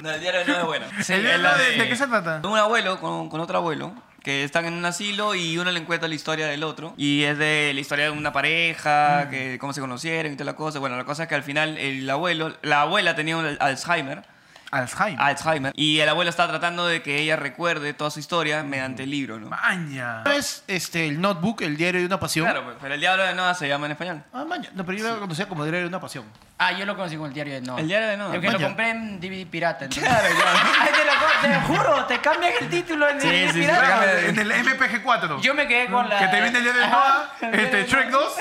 Speaker 3: No, el diario no es bueno.
Speaker 2: El
Speaker 3: es
Speaker 2: libro
Speaker 3: la
Speaker 2: de, ¿de qué se trata?
Speaker 3: Un abuelo con, con otro abuelo que están en un asilo y uno le encuentra la historia del otro. Y es de la historia de una pareja, que cómo se conocieron y toda la cosa. Bueno, la cosa es que al final el abuelo, la abuela tenía un Alzheimer.
Speaker 2: Alzheimer.
Speaker 3: Alzheimer. Y el abuelo está tratando de que ella recuerde toda su historia mediante el libro, ¿no?
Speaker 2: Maña.
Speaker 1: ¿Sabes este, el notebook, el diario de una pasión?
Speaker 3: Claro, pues, pero el diablo de Noa se llama en español.
Speaker 1: Ah, maña. No, pero yo lo conocía como diario de una pasión.
Speaker 4: Ah, yo lo conocí con el diario de Noah.
Speaker 3: El diario de Noah.
Speaker 4: Es que lo
Speaker 1: Vaya.
Speaker 4: compré en DVD pirata. entonces- Ay, te, lo, co- te juro, te cambian el título en
Speaker 3: Sí,
Speaker 4: DVD
Speaker 3: sí, sí.
Speaker 4: pirata.
Speaker 2: Claro, En el MPG4.
Speaker 4: Yo me quedé con la...
Speaker 2: Que te viene el día de Noah, este, Shrek 2,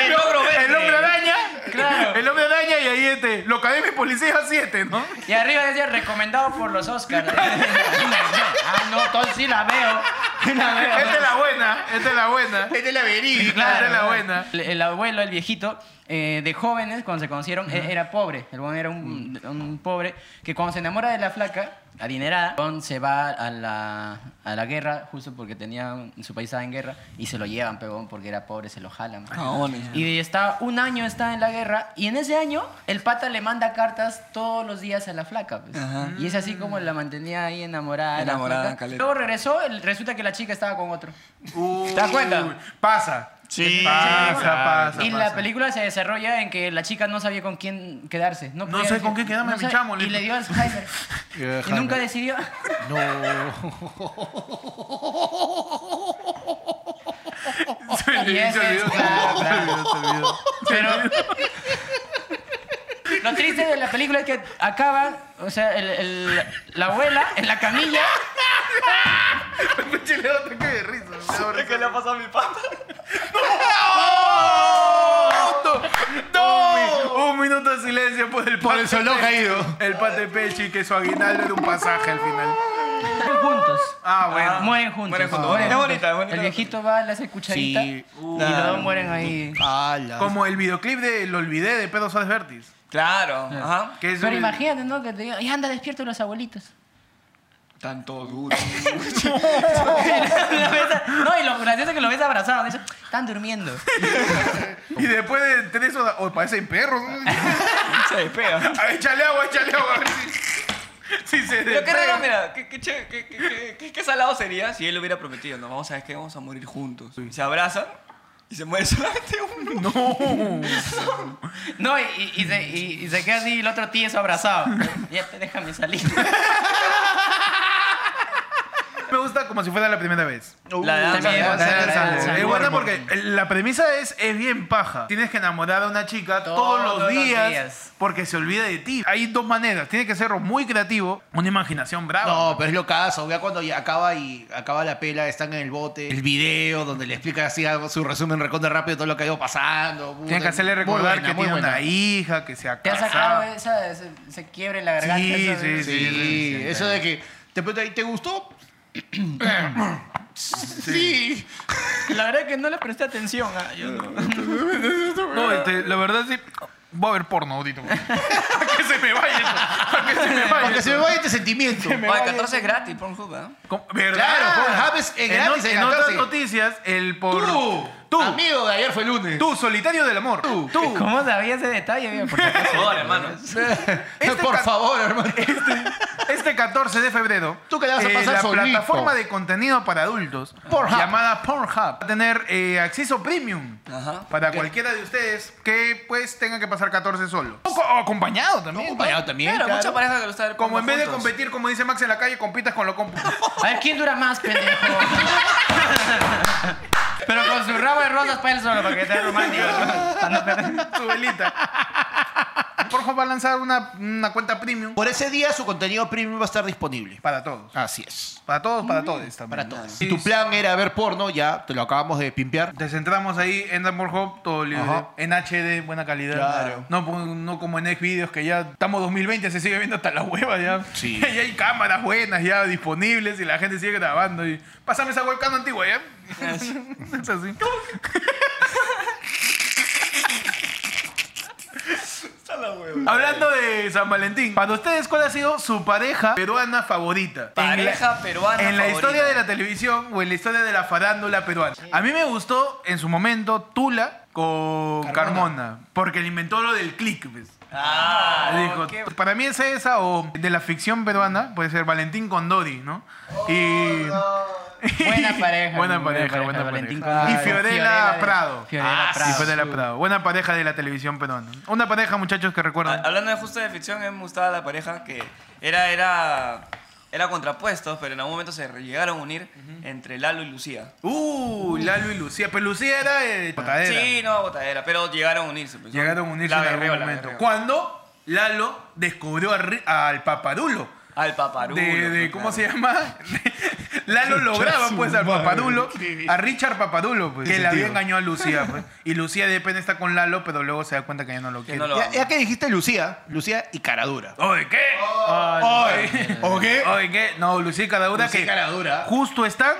Speaker 3: El ogro verde.
Speaker 2: el hombre araña,
Speaker 4: Claro.
Speaker 2: el hombre araña y ahí este, lo cae mi policía 7, ¿no?
Speaker 4: Y arriba decía recomendado por los Oscars. ah, no, entonces sí la veo. La veo.
Speaker 2: Esta es Este la buena, esta es la buena.
Speaker 1: Es de la verídica.
Speaker 2: Esta es la buena.
Speaker 4: El, el abuelo, el viejito, eh, de jóvenes, cuando se conocieron, e- era pobre. El bueno era un, un pobre que cuando se enamora de la flaca, adinerada, bon se va a la, a la guerra, justo porque tenía un- su país estaba en guerra, y se lo llevan, pegón, porque era pobre, se lo jalan.
Speaker 2: Ah,
Speaker 3: Cagones.
Speaker 4: Y está un año está en la guerra y en ese año el pata le manda cartas todos los días a la flaca. pues.
Speaker 3: Ajá.
Speaker 4: Y es así como la mantenía ahí enamorada. la
Speaker 3: Enamorada,
Speaker 4: flaca.
Speaker 3: caleta.
Speaker 4: Luego regresó, el- resulta que la chica estaba con otro.
Speaker 2: Uy,
Speaker 4: das cuenta?
Speaker 2: Pasa.
Speaker 3: Sí.
Speaker 2: Pasa, pasa.
Speaker 4: Y la
Speaker 2: pasa.
Speaker 4: película se desarrolla en que la chica no sabía con quién quedarse. No,
Speaker 2: No
Speaker 4: podía
Speaker 2: sé
Speaker 4: decir-
Speaker 2: con quién quedarme, mi
Speaker 4: sabe-
Speaker 2: chamo, le-
Speaker 4: Y le dio Alzheimer. y nunca decidió.
Speaker 2: Se olvidó,
Speaker 4: Y ese
Speaker 2: se olvidó, se
Speaker 4: es-
Speaker 2: olvidó,
Speaker 4: claro,
Speaker 2: se olvidó, se olvidó.
Speaker 4: Pero lo triste de la película es que acaba, o sea, el- el- la abuela en la camilla.
Speaker 2: Escuché, le da ataque de risa.
Speaker 3: ¿Qué le ha pasado a mi papá?
Speaker 2: ¡No! Un minuto de silencio por el
Speaker 1: Por el
Speaker 2: pate
Speaker 1: solo
Speaker 2: Pe-
Speaker 1: caído.
Speaker 2: El pate pechi que su aguinaldo era un pasaje al final.
Speaker 4: juntos.
Speaker 2: Ah, bueno.
Speaker 4: Mueren juntos.
Speaker 3: Mueren juntos.
Speaker 4: Mueren
Speaker 3: Es
Speaker 4: juntos.
Speaker 3: bonita, es bonita.
Speaker 4: El viejito va, le hace cucharita
Speaker 1: Sí.
Speaker 4: y los dos mueren ahí.
Speaker 1: Ala.
Speaker 2: Como el videoclip de Lo olvidé de Pedro Suárez Vértiz.
Speaker 3: Claro. Ajá.
Speaker 2: Que es
Speaker 4: Pero
Speaker 2: un-
Speaker 4: imagínate, ¿no? Que te digan, "Ya anda despierto los abuelitos.
Speaker 3: Tanto duro.
Speaker 4: Lo ves a- no, y lo gracioso es que lo ves abrazado. dice, Están durmiendo.
Speaker 2: Y después de tres horas. Oh, parecen perros.
Speaker 3: Se despega.
Speaker 2: A ver, échale agua, échale agua. A ver si, si se
Speaker 3: Pero qué
Speaker 2: despega.
Speaker 3: raro, mira, qué, qué, che- qué, qué, qué, qué- qué salado sería si él hubiera prometido, no, vamos a ver que vamos a morir juntos. Se abrazan y se muere solamente uno.
Speaker 4: No, y, y- y se, y- y se queda así el otro tieso abrazado. Ya te déjame salir.
Speaker 2: Me gusta como si fuera la primera vez.
Speaker 3: La de Adam
Speaker 4: también,
Speaker 3: Sandler.
Speaker 4: o sea,
Speaker 2: Adam Sandler.
Speaker 4: Sandler.
Speaker 2: Es buena porque la premisa es, es bien paja. Tienes que enamorar a una chica
Speaker 4: Todos
Speaker 2: todos los,
Speaker 4: los
Speaker 2: días,
Speaker 4: días.
Speaker 2: porque se olvida de ti. Hay dos maneras. Tienes que ser o muy creativo, una imaginación brava.
Speaker 1: No, pero es lo caso. Ya cuando ya acaba y acaba la pela, están en el bote. El video donde le explica así algo, su resumen recontra rápido todo lo que ha ido pasando.
Speaker 2: Tienes que hacerle recordar que tiene una hija, que se ha
Speaker 4: Te ha sacado
Speaker 1: eh.
Speaker 2: casado.
Speaker 4: esa, ese, ese quiebre en la garganta.
Speaker 2: Sí,
Speaker 4: esa-
Speaker 1: Sí,
Speaker 2: sí, sí, sí, sí,
Speaker 1: eso de que. ¿Te, te- te gustó? Sí.
Speaker 4: La verdad que no le presté atención. ah, yo no.
Speaker 2: No, este, la verdad sí. Va a haber porno ahorita. güey. A que se me vaya eso. A que se me vaya.
Speaker 1: Porque
Speaker 2: eso.
Speaker 1: se me vaya este sentimiento.
Speaker 3: Oye, 14 es gratis, Pornhub, ¿ah?
Speaker 2: ¿Cómo? ¿Verdad?
Speaker 1: Claro, Pornhub es- es
Speaker 2: En
Speaker 1: gratis,
Speaker 2: o- En,
Speaker 1: en la
Speaker 2: otras
Speaker 1: clase.
Speaker 2: noticias, el por...
Speaker 1: Tú,
Speaker 2: Tú.
Speaker 1: Amigo de ayer fue lunes.
Speaker 2: Tú, solitario del amor. Tú.
Speaker 4: ¿Cómo sabía ese detalle? amigo? Porque-
Speaker 3: Por favor, hermano.
Speaker 2: Este
Speaker 1: Por
Speaker 2: ca-
Speaker 1: favor, hermano.
Speaker 2: Este 14 de febrero, eh,
Speaker 1: Tú que la vas a pasar
Speaker 2: la
Speaker 1: solito.
Speaker 2: plataforma de contenido para adultos
Speaker 1: Pornhub.
Speaker 2: llamada Pornhub va a tener eh, acceso premium
Speaker 3: Ajá.
Speaker 2: para cualquiera de ustedes que pues tenga que pasar 14 solo. O, co- o acompañado también. ¿no?
Speaker 1: Pues, Acompañado también.
Speaker 3: Claro,
Speaker 1: claro.
Speaker 3: mucha pareja que lo está viendo
Speaker 2: Como en vez de
Speaker 3: juntos.
Speaker 2: competir, como dice Max en la calle, compitas con lo compu.
Speaker 4: A ver, ¿quién dura más, pendejo? Pero con su rabo de rosas para él solo, para que esté romántico. Para no perder-
Speaker 2: tu velita. Pornhub va a lanzar una, una cuenta premium
Speaker 1: Por ese día su contenido premium va a estar disponible.
Speaker 2: para todos.
Speaker 1: Así es.
Speaker 2: Para todos, para todos.
Speaker 1: Para todos. Si tu plan era ver porno, ya te lo acabamos de pimpear.
Speaker 2: Te centramos ahí en Dan Hop, todo libre.
Speaker 1: Ajá.
Speaker 2: En HD, buena calidad.
Speaker 1: Claro.
Speaker 2: No, pues, no como en Xvideos, que ya estamos 2020, se sigue viendo hasta la hueva ya.
Speaker 1: Sí.
Speaker 2: ya hay cámaras buenas ya disponibles y la gente sigue grabando. Y... Pásame esa webcam antigua, ¿ya? es así. Hablando de San Valentín, para ustedes, ¿cuál ha sido su pareja peruana favorita?
Speaker 3: Pareja
Speaker 2: en la,
Speaker 3: peruana
Speaker 2: En la
Speaker 3: favorita.
Speaker 2: historia de la televisión o en la historia de la farándula peruana. A mí me gustó en su momento Tula con Carmona, porque le inventó lo del click, pues.
Speaker 3: Ah,
Speaker 2: Dijo,
Speaker 3: qué-
Speaker 2: para mí es esa o de la ficción peruana, puede ser Valentín Condori, ¿no? y...
Speaker 4: Oh, Buena pareja.
Speaker 2: buena pareja, buena
Speaker 4: Valentín
Speaker 2: pareja. Y
Speaker 4: Condori.
Speaker 2: Fiorella,
Speaker 4: de-
Speaker 2: Prado.
Speaker 4: Fiorella
Speaker 1: Ah, sí,
Speaker 2: Y
Speaker 4: Prado.
Speaker 2: Fiorella Prado. Buena pareja de la televisión peruana. Una pareja, muchachos, que
Speaker 3: Ha-
Speaker 4: Ah,
Speaker 2: recuerdan.
Speaker 3: Hablando de justo de ficción, a mí me gustaba la pareja que era, era, era contrapuestos, pero en algún momento se llegaron a unir entre Lalo y Lucía.
Speaker 2: Uh, Lalo y Lucía. Pero Lucía era eh, botadera.
Speaker 3: Sí, no, botadera, pero llegaron a unirse. pues.
Speaker 2: Llegaron a unirse
Speaker 3: La
Speaker 2: en algún
Speaker 3: berreó, la
Speaker 2: momento.
Speaker 3: berreó.
Speaker 2: Cuando Lalo descubrió a Ri- al papadulo.
Speaker 3: Al paparulo.
Speaker 2: de, de-
Speaker 3: pues,
Speaker 2: ¿Cómo
Speaker 3: claro.
Speaker 2: se llama? Lalo lograba pues al papadulo, a Richard Papadulo, pues, que la había engañó a Lucía. pues. Y Lucía de repente está con Lalo, pero luego se da cuenta que ya no lo quiere.
Speaker 3: no lo-
Speaker 1: Ya, ya que dijiste Lucía, Lucía y Caradura.
Speaker 2: ¿Oye qué? ¿Oye
Speaker 1: ¿O qué?
Speaker 2: ¿Oye qué? No, Lucía Caradura
Speaker 1: Lucía
Speaker 2: que
Speaker 1: Caradura.
Speaker 2: justo están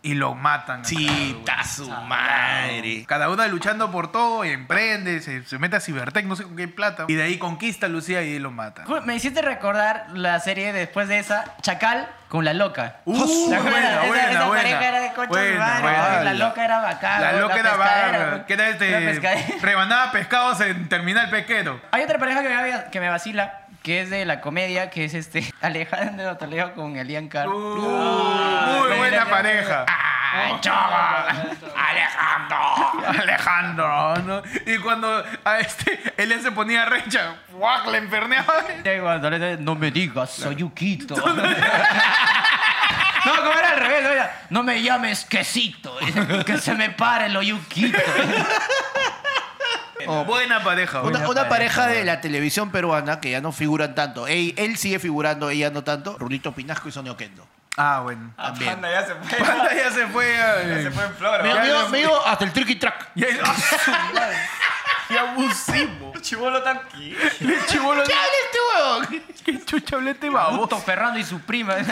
Speaker 2: y lo matan. a
Speaker 1: Sí, ta su madre.
Speaker 2: Cada una luchando por todo, emprende, se, se mete a Cibertec, no sé con qué plata. Y de ahí conquista a Lucía y lo mata.
Speaker 4: Ju- Me hiciste recordar la serie después de esa, Chacal con la loca.
Speaker 2: Uh,
Speaker 4: ¿Te
Speaker 2: buena,
Speaker 4: acuerdas?
Speaker 2: buena,
Speaker 4: esa, esa
Speaker 2: buena.
Speaker 4: pareja era de coche
Speaker 2: Buena, buena.
Speaker 4: La loca era bacán.
Speaker 2: La
Speaker 4: güey,
Speaker 2: loca era
Speaker 4: pescadera,
Speaker 2: barra,
Speaker 4: güey.
Speaker 2: que era
Speaker 4: La
Speaker 2: este,
Speaker 4: pescadera.
Speaker 2: rebanada pescados en terminal pesquero.
Speaker 4: Hay otra pareja que me, había- que me vacila, que es de la comedia, que es este Alejandro Toledo con Elian Carr.
Speaker 2: Uh. Muy
Speaker 4: la-
Speaker 2: buena
Speaker 4: la-
Speaker 2: pareja. ¡Ah, chaval! ¡Alejandro! ¡Alejandro! ¿no? Y cuando a este, él se ponía recha, ¡guac! La enfermeaba.
Speaker 4: Diego Toledo, No me digas, soy Yuquito. no, como era al revés, no era, no me llames quesito, que se me pare lo Yuquito.
Speaker 2: buena pareja.
Speaker 1: Una,
Speaker 2: buena.
Speaker 1: una pareja de la televisión peruana que ya no figuran tanto. Ey, él sigue figurando, ella no tanto. Rulito Pinasco y Sonia Oquendo.
Speaker 2: Ah, bueno.
Speaker 3: Ah,
Speaker 1: También.
Speaker 3: Panda ya se fue.
Speaker 2: Panda ya se fue.
Speaker 3: Ya
Speaker 2: eh.
Speaker 3: se fue en flor.
Speaker 1: Me
Speaker 3: ¿verdad?
Speaker 1: dio- me dio hasta el tricky track.
Speaker 2: Y ahí- ¡Ah, su madre! ¡Qué abusivo!
Speaker 3: Chibolo tranquilo.
Speaker 2: El chibolo
Speaker 1: ¿Qué habla este huevón?
Speaker 2: ¡Qué chucha hablé este baboso!
Speaker 4: Augusto Ferrando y su prima.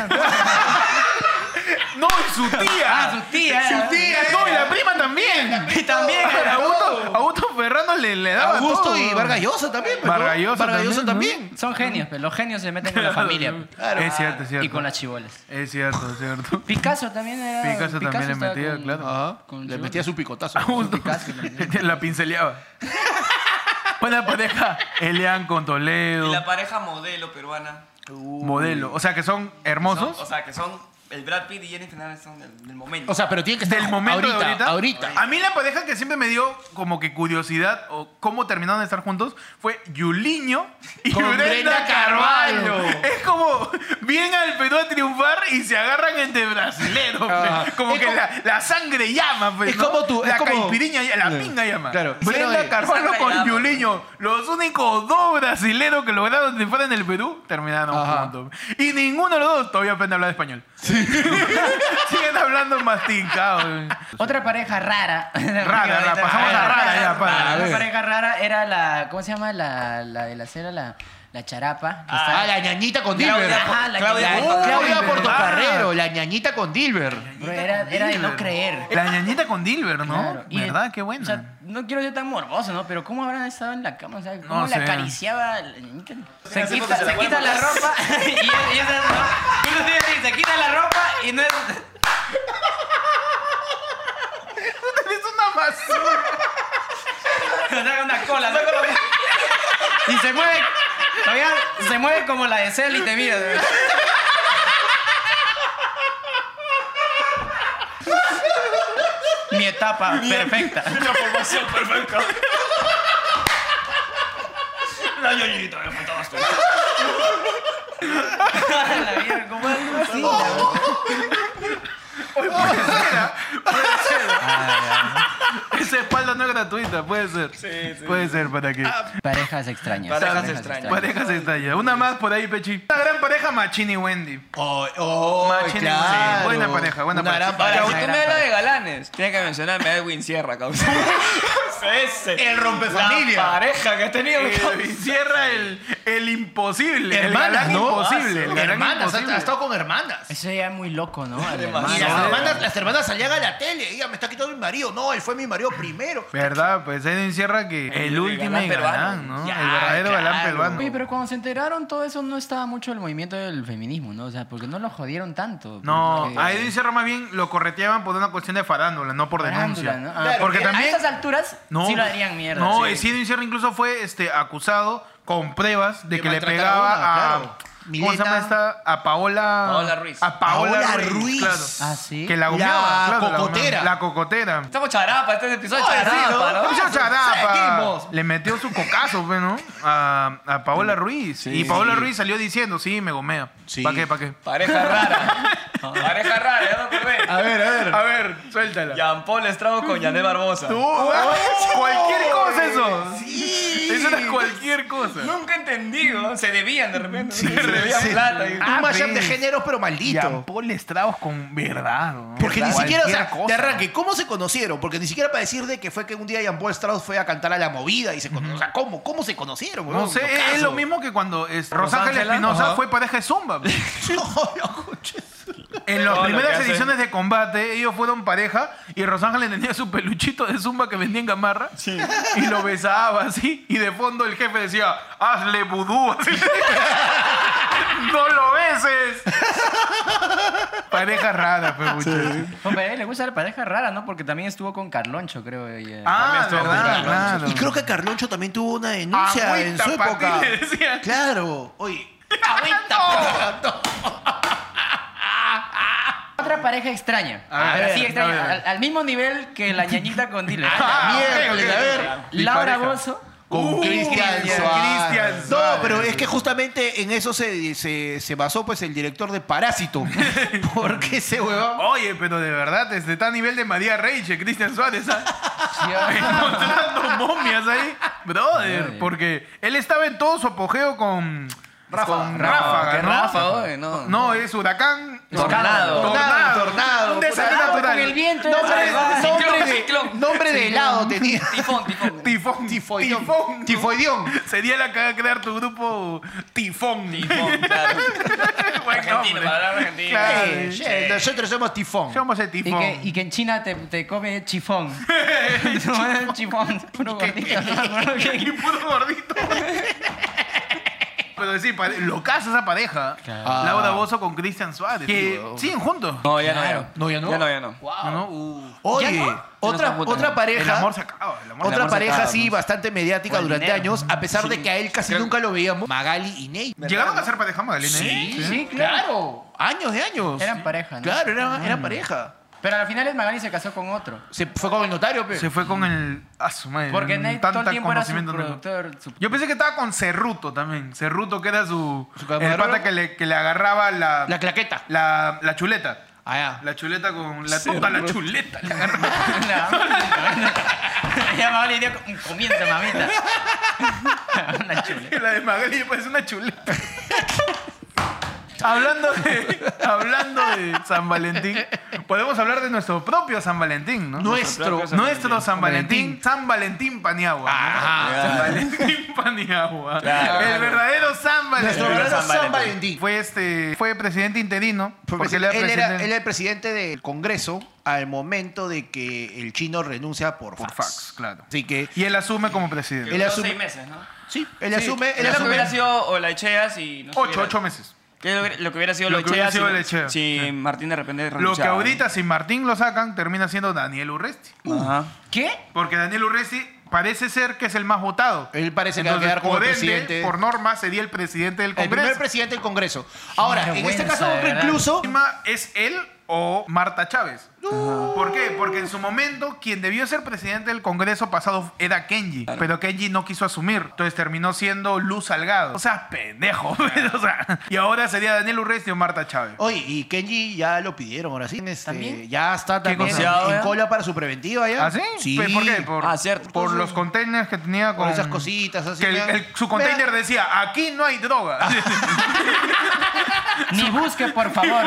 Speaker 2: ¡No, y su tía!
Speaker 4: Ah, su tía.
Speaker 2: ¡Su tía! ¡No, y la prima también!
Speaker 4: Y también.
Speaker 2: A Augusto, Augusto Ferrando le, le daba
Speaker 1: Augusto
Speaker 2: todo.
Speaker 1: y Vargas Llosa también. pues, ¿no?
Speaker 2: Vargas Llosa
Speaker 1: Vargas Llosa
Speaker 2: también,
Speaker 1: también.
Speaker 4: Son genios, pero los genios se meten con la familia pe,
Speaker 1: Claro.
Speaker 2: Es cierto, es cierto.
Speaker 4: y con las chibolas.
Speaker 2: Es cierto, es cierto.
Speaker 4: Picasso también era.
Speaker 2: Picasso también le
Speaker 4: estaba
Speaker 2: metía,
Speaker 4: con-
Speaker 2: claro.
Speaker 1: Ajá.
Speaker 4: con
Speaker 1: Ah. Le
Speaker 4: chibolas.
Speaker 1: metía su picotazo.
Speaker 2: Augusto la pinceleaba. Buena pareja, Elian con Toledo,
Speaker 3: Y la pareja modelo peruana.
Speaker 2: modelo. O sea que son
Speaker 3: Son-
Speaker 2: hermosos.
Speaker 3: o sea, que son el Brad Pitt y Jennifer Aniston del, del momento.
Speaker 1: O sea, pero tiene que estar
Speaker 2: del momento de
Speaker 1: ahorita,
Speaker 2: ahorita,
Speaker 1: ahorita.
Speaker 2: A mí la pareja que siempre me dio como que curiosidad o cómo terminaron de estar juntos fue Yuliño y
Speaker 1: Con
Speaker 2: Brenda,
Speaker 1: Brenda
Speaker 2: Carvalho.
Speaker 1: Carvalho.
Speaker 2: Es como vienen al Perú a triunfar y se agarran entre brasileros.
Speaker 1: Ah.
Speaker 2: pues. Como
Speaker 1: Es
Speaker 2: que
Speaker 1: como-
Speaker 2: la, la sangre llama. pues,
Speaker 1: Es
Speaker 2: ¿no?
Speaker 1: como tú, es
Speaker 2: La
Speaker 1: como-
Speaker 2: caipiriña, ll- la pinga llama.
Speaker 1: Claro.
Speaker 2: Brenda
Speaker 1: Sangre
Speaker 2: Carvalho con
Speaker 3: llama.
Speaker 2: Yuliño, los únicos dos brasileros que lograron triunfar en el Perú, terminaron
Speaker 1: Ajá.
Speaker 2: juntos. Y ninguno de los dos todavía aprende a hablar español. Siguen hablando masticado.
Speaker 4: Otra pareja rara.
Speaker 2: Rara, rara, pasamos a rara ya, para, a ver.
Speaker 4: Una pareja rara era la. ¿Cómo se llama? La, la de la cera, la, la charapa. que
Speaker 1: Ah,
Speaker 4: está-
Speaker 1: la ñañita con Oh,
Speaker 4: Claudia-
Speaker 1: Diver.
Speaker 4: Ajá, la
Speaker 3: Claudia
Speaker 4: que-
Speaker 1: Portocarrero Claro, la ñañita con Dilber.
Speaker 4: Bro, era, era de no creer.
Speaker 2: La ñañita con Dilber, ¿no?
Speaker 4: Claro. Y-
Speaker 2: ¿Verdad? Qué buena.
Speaker 4: O sea, no quiero ser tan morboso, ¿no? Pero ¿cómo habrán estado en la cama? O sea, ¿cómo
Speaker 2: No
Speaker 4: la
Speaker 2: sé.
Speaker 4: acariciaba? la niñita? Se
Speaker 3: hace
Speaker 4: quita,
Speaker 3: porque se
Speaker 4: se
Speaker 3: la
Speaker 4: quita la
Speaker 3: ponen-
Speaker 4: ropa y, y esa es, ¿no? Yo lo estoy así, se quita la ropa y no es...
Speaker 2: es una basura.
Speaker 4: Saca una cola, ¿no? Y se mueve... Todavía se mueve como la de Cell y te mira. ¿no? Mi etapa perfecta.
Speaker 3: La formación perfecta. La ñoñita me faltaba esto.
Speaker 4: La mierda, ¿cómo es? Sí, la verdad.
Speaker 2: Esa espalda no es gratuita, puede ser.
Speaker 3: Sí, Ah, sí.
Speaker 2: Puede ser para que.
Speaker 4: Parejas extrañas.
Speaker 3: Parejas extrañas.
Speaker 2: Parejas extrañas. Una más por ahí, Pechi. Una gran pareja, Machini y Wendy.
Speaker 1: Oh, oh,
Speaker 2: Machín, sí, buena pareja, buena
Speaker 1: Una
Speaker 2: pareja.
Speaker 1: gran
Speaker 3: Ahora,
Speaker 1: pareja.
Speaker 3: usted me habla de galanes. Tiene que mencionarme a Edwin Sierra, causa. Ese.
Speaker 1: El rompefamilia.
Speaker 3: La pareja que ha tenido.
Speaker 2: Eh, cierra el, el imposible. el
Speaker 1: Hermanas,
Speaker 2: galán
Speaker 1: ¿no? Ah,
Speaker 2: imposible. el galán
Speaker 1: hermanas, ha,
Speaker 2: imposible.
Speaker 1: ha estado con hermanas.
Speaker 4: Eso ya es muy loco, ¿no? A la
Speaker 1: Y
Speaker 3: Demasiado.
Speaker 4: hermana.
Speaker 1: las
Speaker 2: no.
Speaker 1: hermanas, las hermanas salían a la tele. Ella me está quitando mi marido. No, él fue mi marido primero.
Speaker 2: ¿Verdad? Pues él encierra que el, último
Speaker 3: galán
Speaker 2: galán,
Speaker 3: peruano.
Speaker 2: ¿no?
Speaker 1: Ya,
Speaker 2: el verdadero galán
Speaker 1: claro.
Speaker 2: peruano.
Speaker 4: Oye, pero cuando se enteraron todo eso no estaba mucho el movimiento del feminismo, ¿no? O sea, porque no lo jodieron tanto.
Speaker 2: No,
Speaker 4: Porque-
Speaker 2: a Edwin Sierra más bien lo correteaban por una cuestión de farándula, no por denuncia.
Speaker 4: Farándula, ¿no? Ah,
Speaker 1: Claro,
Speaker 2: porque
Speaker 4: a
Speaker 2: también
Speaker 4: estas alturas
Speaker 2: no,
Speaker 4: sí lo harían mierda.
Speaker 2: No,
Speaker 4: sí.
Speaker 2: sí, Edwin Sierra incluso fue este acusado con pruebas de
Speaker 1: De
Speaker 2: que le
Speaker 1: maltratar
Speaker 2: pegaba
Speaker 1: a
Speaker 2: a,
Speaker 1: una, claro.
Speaker 2: ¿Cómo se
Speaker 1: Milena.
Speaker 2: llama esta? A Paola
Speaker 3: Paola Ruiz.
Speaker 2: A Paola,
Speaker 1: Paola
Speaker 2: Ruiz,
Speaker 1: Ruiz.
Speaker 2: claro.
Speaker 4: Ah, ¿sí?
Speaker 2: Que la humeaba,
Speaker 1: La
Speaker 2: claro, la
Speaker 1: cocotera.
Speaker 2: humeaba. La cocotera.
Speaker 3: Estamos charapa, este es el episodio
Speaker 1: Oye, sí, ¿no?
Speaker 3: charapa, ¿no?
Speaker 2: Mucha charapa.
Speaker 1: Seguimos.
Speaker 2: Le metió su cocazo, pues, ¿no? A, a Paola Ruiz. y Paola
Speaker 3: sí.
Speaker 2: Ruiz salió diciendo, sí, me gomea.
Speaker 1: Sí.
Speaker 2: ¿Para qué? ¿Para qué?
Speaker 3: Pareja rara. Pareja rara, ya me acordé.
Speaker 1: ver, a ver.
Speaker 2: A ver, suéltala.
Speaker 3: Jean Paul Estrado con Yané Barbosa.
Speaker 2: Tú, cualquier cosa eso.
Speaker 1: Sí.
Speaker 2: Eso era cualquier cosa.
Speaker 3: Nunca entendí, ¿no? Se debían de repente.
Speaker 1: Sí,
Speaker 3: se debían
Speaker 1: sí.
Speaker 3: plata. y-
Speaker 1: Ah, Un mashup
Speaker 2: ve.
Speaker 1: de géneros, pero maldito.
Speaker 2: Jean-Paul Estrauss con verdad, ¿no?
Speaker 1: Porque ni
Speaker 2: Verdad.
Speaker 1: siquiera, o sea,
Speaker 2: Cualquier
Speaker 1: de
Speaker 2: cosa.
Speaker 1: arranque, ¿cómo se conocieron? Porque ni siquiera para decir de que fue que un día Jean Paul Strauss fue a cantar a la movida y se conocieron. O sea, ¿cómo? ¿Cómo se conocieron?
Speaker 2: No
Speaker 1: weón?
Speaker 2: sé,
Speaker 1: Locazo.
Speaker 2: es, es lo mismo que cuando es, Rosángel
Speaker 3: Rosángela,
Speaker 2: Espinosa
Speaker 3: ajá.
Speaker 2: fue pareja de Zumba. bro.
Speaker 1: No, no, conches.
Speaker 2: En las
Speaker 3: No, lo que
Speaker 2: primeras
Speaker 3: hacen-
Speaker 2: ediciones de combate, ellos fueron pareja y Rosángel tenía su peluchito de Zumba que vendía en Gamarra y lo besaba así. Y de fondo el jefe decía, hazle vudú. así. no lo beses. pareja rara, peluche.
Speaker 4: No, pero a él le gusta la pareja rara, ¿no? Porque también estuvo con Carloncho, creo. eh, ella.
Speaker 2: Ah,
Speaker 3: estuvo
Speaker 2: verdad,
Speaker 3: con
Speaker 2: claro.
Speaker 1: Y creo que Carloncho también tuvo una denuncia
Speaker 2: Agüita,
Speaker 1: en su
Speaker 2: pa' ti,
Speaker 1: época.
Speaker 2: le decían.
Speaker 1: Claro. Oye. Agüita, no.
Speaker 4: Otra pareja extraña.
Speaker 2: A ver,
Speaker 4: Pero sí, extraña.
Speaker 2: a ver.
Speaker 4: Al, al mismo nivel que la ñañita con Dile.
Speaker 2: Ah,
Speaker 1: Mierda,
Speaker 2: ok, ok,
Speaker 1: a ver.
Speaker 4: "Ah,
Speaker 2: ok. Mi
Speaker 4: Laura
Speaker 2: pareja.
Speaker 4: Bozo.
Speaker 1: Con
Speaker 2: Uh,
Speaker 1: Cristian
Speaker 2: Cristian
Speaker 1: Suárez.
Speaker 2: Cristian
Speaker 1: No,
Speaker 2: Suárez.
Speaker 1: pero es que justamente en eso se, se, se basó pues el director de Parásito. Porque ese huevón.
Speaker 2: Oye, pero de verdad, este, está a nivel de María Reiche, Cristian Suárez, ¿ah? encontrando momias ahí. Brother,
Speaker 4: Brother.
Speaker 2: porque él estaba en todo su apogeo con... Rafa, con Ráfaga,
Speaker 3: que
Speaker 2: ¿no?
Speaker 3: Rafa, oye, no.
Speaker 2: No, es huracán.
Speaker 3: Tornado.
Speaker 1: Tornado,
Speaker 2: Tornado.
Speaker 1: tornado.
Speaker 2: Un desastre
Speaker 1: Tornado
Speaker 2: natural.
Speaker 4: Con el viento. era
Speaker 1: Nombre,
Speaker 4: salvaje.
Speaker 1: nombre de,
Speaker 3: Ciclón.
Speaker 1: nombre de helado tenía.
Speaker 3: Tifón, tifón.
Speaker 2: Tifón.
Speaker 1: Tifoidión.
Speaker 2: Tifón.
Speaker 1: Tifoidión.
Speaker 2: Sería la caga crear tu grupo Tifón.
Speaker 3: Tifón, claro.
Speaker 2: Buen
Speaker 3: Argentino,
Speaker 2: nombre.
Speaker 3: palabra argentina.
Speaker 2: Claro.
Speaker 1: Eh, eh, Nosotros somos tifón.
Speaker 2: Somos el
Speaker 4: Y
Speaker 2: Tifón.
Speaker 4: que, y que en China te, te come chifón. chifón, puro gordito. ¿no?
Speaker 2: Y puro gordito. Pero sí, pare- lo casa esa pareja.
Speaker 1: Claro.
Speaker 2: Laura Bozo con Cristian Suárez. Que
Speaker 1: Tío.
Speaker 2: siguen juntos.
Speaker 3: No, ya no, ya no.
Speaker 1: No, ya no.
Speaker 3: Ya no, ya no.
Speaker 2: ¿No? Uh,
Speaker 1: Oye,
Speaker 4: ¿Ya no?
Speaker 1: otra,
Speaker 3: No se juntan.
Speaker 1: otra
Speaker 2: el
Speaker 1: pareja.
Speaker 2: amor se acaba. El amor se
Speaker 1: Otra
Speaker 3: amor se
Speaker 1: pareja
Speaker 3: acaba,
Speaker 1: así bastante mediática
Speaker 4: O el
Speaker 1: durante
Speaker 4: dinero.
Speaker 1: años, a pesar de que a él casi nunca lo veíamos. Magali y Ney.
Speaker 2: acaba. Llegaron a ser pareja, Magdalena.
Speaker 1: Sí,
Speaker 4: ¿eh? Sí,
Speaker 1: sí, claro.
Speaker 4: claro.
Speaker 1: Años de años.
Speaker 4: Eran pareja, ¿no?
Speaker 1: Claro, eran, eran pareja.
Speaker 4: Pero al final el Magali se casó con otro.
Speaker 1: Se fue con el notario, pe.
Speaker 2: Se fue con el. Ah, su madre.
Speaker 4: Porque Nate todo el
Speaker 2: tanta
Speaker 4: tiempo era su
Speaker 2: conocimiento no-
Speaker 4: productor. su-
Speaker 2: Yo pensé que estaba con Cerruto también. Cerruto, que era su.
Speaker 1: Su
Speaker 2: el
Speaker 1: camarógrafo.
Speaker 2: pata que le, que le agarraba la,
Speaker 1: La
Speaker 2: la,
Speaker 1: claqueta.
Speaker 2: la chuleta.
Speaker 1: Ah, ya.
Speaker 2: La chuleta con. La, toda la chuleta. le agarraba.
Speaker 4: La- ya Magali dio com- comienza, mamita. Una chula.
Speaker 2: la de Magali parece una chuleta. Hablando de, hablando de San Valentín, podemos hablar de nuestro propio San Valentín, ¿no?
Speaker 1: Nuestro.
Speaker 3: San
Speaker 2: Nuestro San Valentín, San Valentín Paniagua.
Speaker 1: Ajá.
Speaker 2: San Valentín Paniagua.
Speaker 3: Claro.
Speaker 2: El verdadero San
Speaker 1: Nuestro
Speaker 2: Valentín.
Speaker 1: verdadero
Speaker 3: San Valentín.
Speaker 1: San Valentín.
Speaker 2: Fue este fue presidente interino.
Speaker 1: Porque
Speaker 2: porque
Speaker 1: él,
Speaker 2: le
Speaker 1: era,
Speaker 2: presidente-
Speaker 1: él era el presidente del Congreso al momento de que el chino renuncia por fax.
Speaker 2: por fax, claro.
Speaker 1: Así que
Speaker 2: Y él asume como presidente.
Speaker 1: Él
Speaker 5: Duró
Speaker 1: asume-
Speaker 5: seis meses, ¿no?
Speaker 1: sí, él
Speaker 5: Sí,
Speaker 1: asume, él
Speaker 5: lo que
Speaker 1: asume
Speaker 5: hubiera sido Olaichea si no
Speaker 2: Ocho,
Speaker 5: estuviera-
Speaker 2: ocho meses.
Speaker 5: ¿Qué lo, que- lo que hubiera sido
Speaker 2: Lo que hubiera
Speaker 5: Olaichea si,
Speaker 2: sido Olaichea,
Speaker 5: si Martín de repente
Speaker 2: Lo que
Speaker 5: renunciaba,
Speaker 2: ahorita, si Martín lo sacan, termina siendo Daniel Urresti.
Speaker 5: ¿no? Ajá.
Speaker 4: ¿Qué?
Speaker 2: Porque Daniel Urresti parece ser que es el más votado.
Speaker 1: Él parece que va a quedar como
Speaker 2: por ende,
Speaker 1: presidente.
Speaker 2: por norma, sería el presidente del
Speaker 1: el primer
Speaker 2: Congreso.
Speaker 1: presidente del Congreso. Ahora, en este
Speaker 4: vergüenza,
Speaker 1: caso,
Speaker 4: de
Speaker 1: un
Speaker 4: verdad.
Speaker 1: recluso.
Speaker 2: Encima, ¿Es él o Marta Chávez? ¿Por qué? Porque en su momento quien debió ser presidente del Congreso pasado era Kenji, pero Kenji no quiso asumir, entonces terminó siendo Luz Salgado. O sea, pendejo. o sea, y ahora sería Daniel Urresti o Marta Chávez.
Speaker 1: Oye, y Kenji ya lo pidieron, ahora sí. este,
Speaker 4: ¿También?
Speaker 1: Ya está también en,
Speaker 5: cosa?
Speaker 1: en cola para su preventiva ya.
Speaker 2: ¿Ah, sí?
Speaker 1: Sí.
Speaker 2: ¿Por qué? Por,
Speaker 5: Ah, cierto.
Speaker 2: por los containers que tenía con...
Speaker 1: Por esas cositas así. Ah.
Speaker 2: que el-
Speaker 1: ya.
Speaker 2: el- su container
Speaker 1: Vea,
Speaker 2: decía, aquí no hay droga.
Speaker 4: Ni busque, por favor.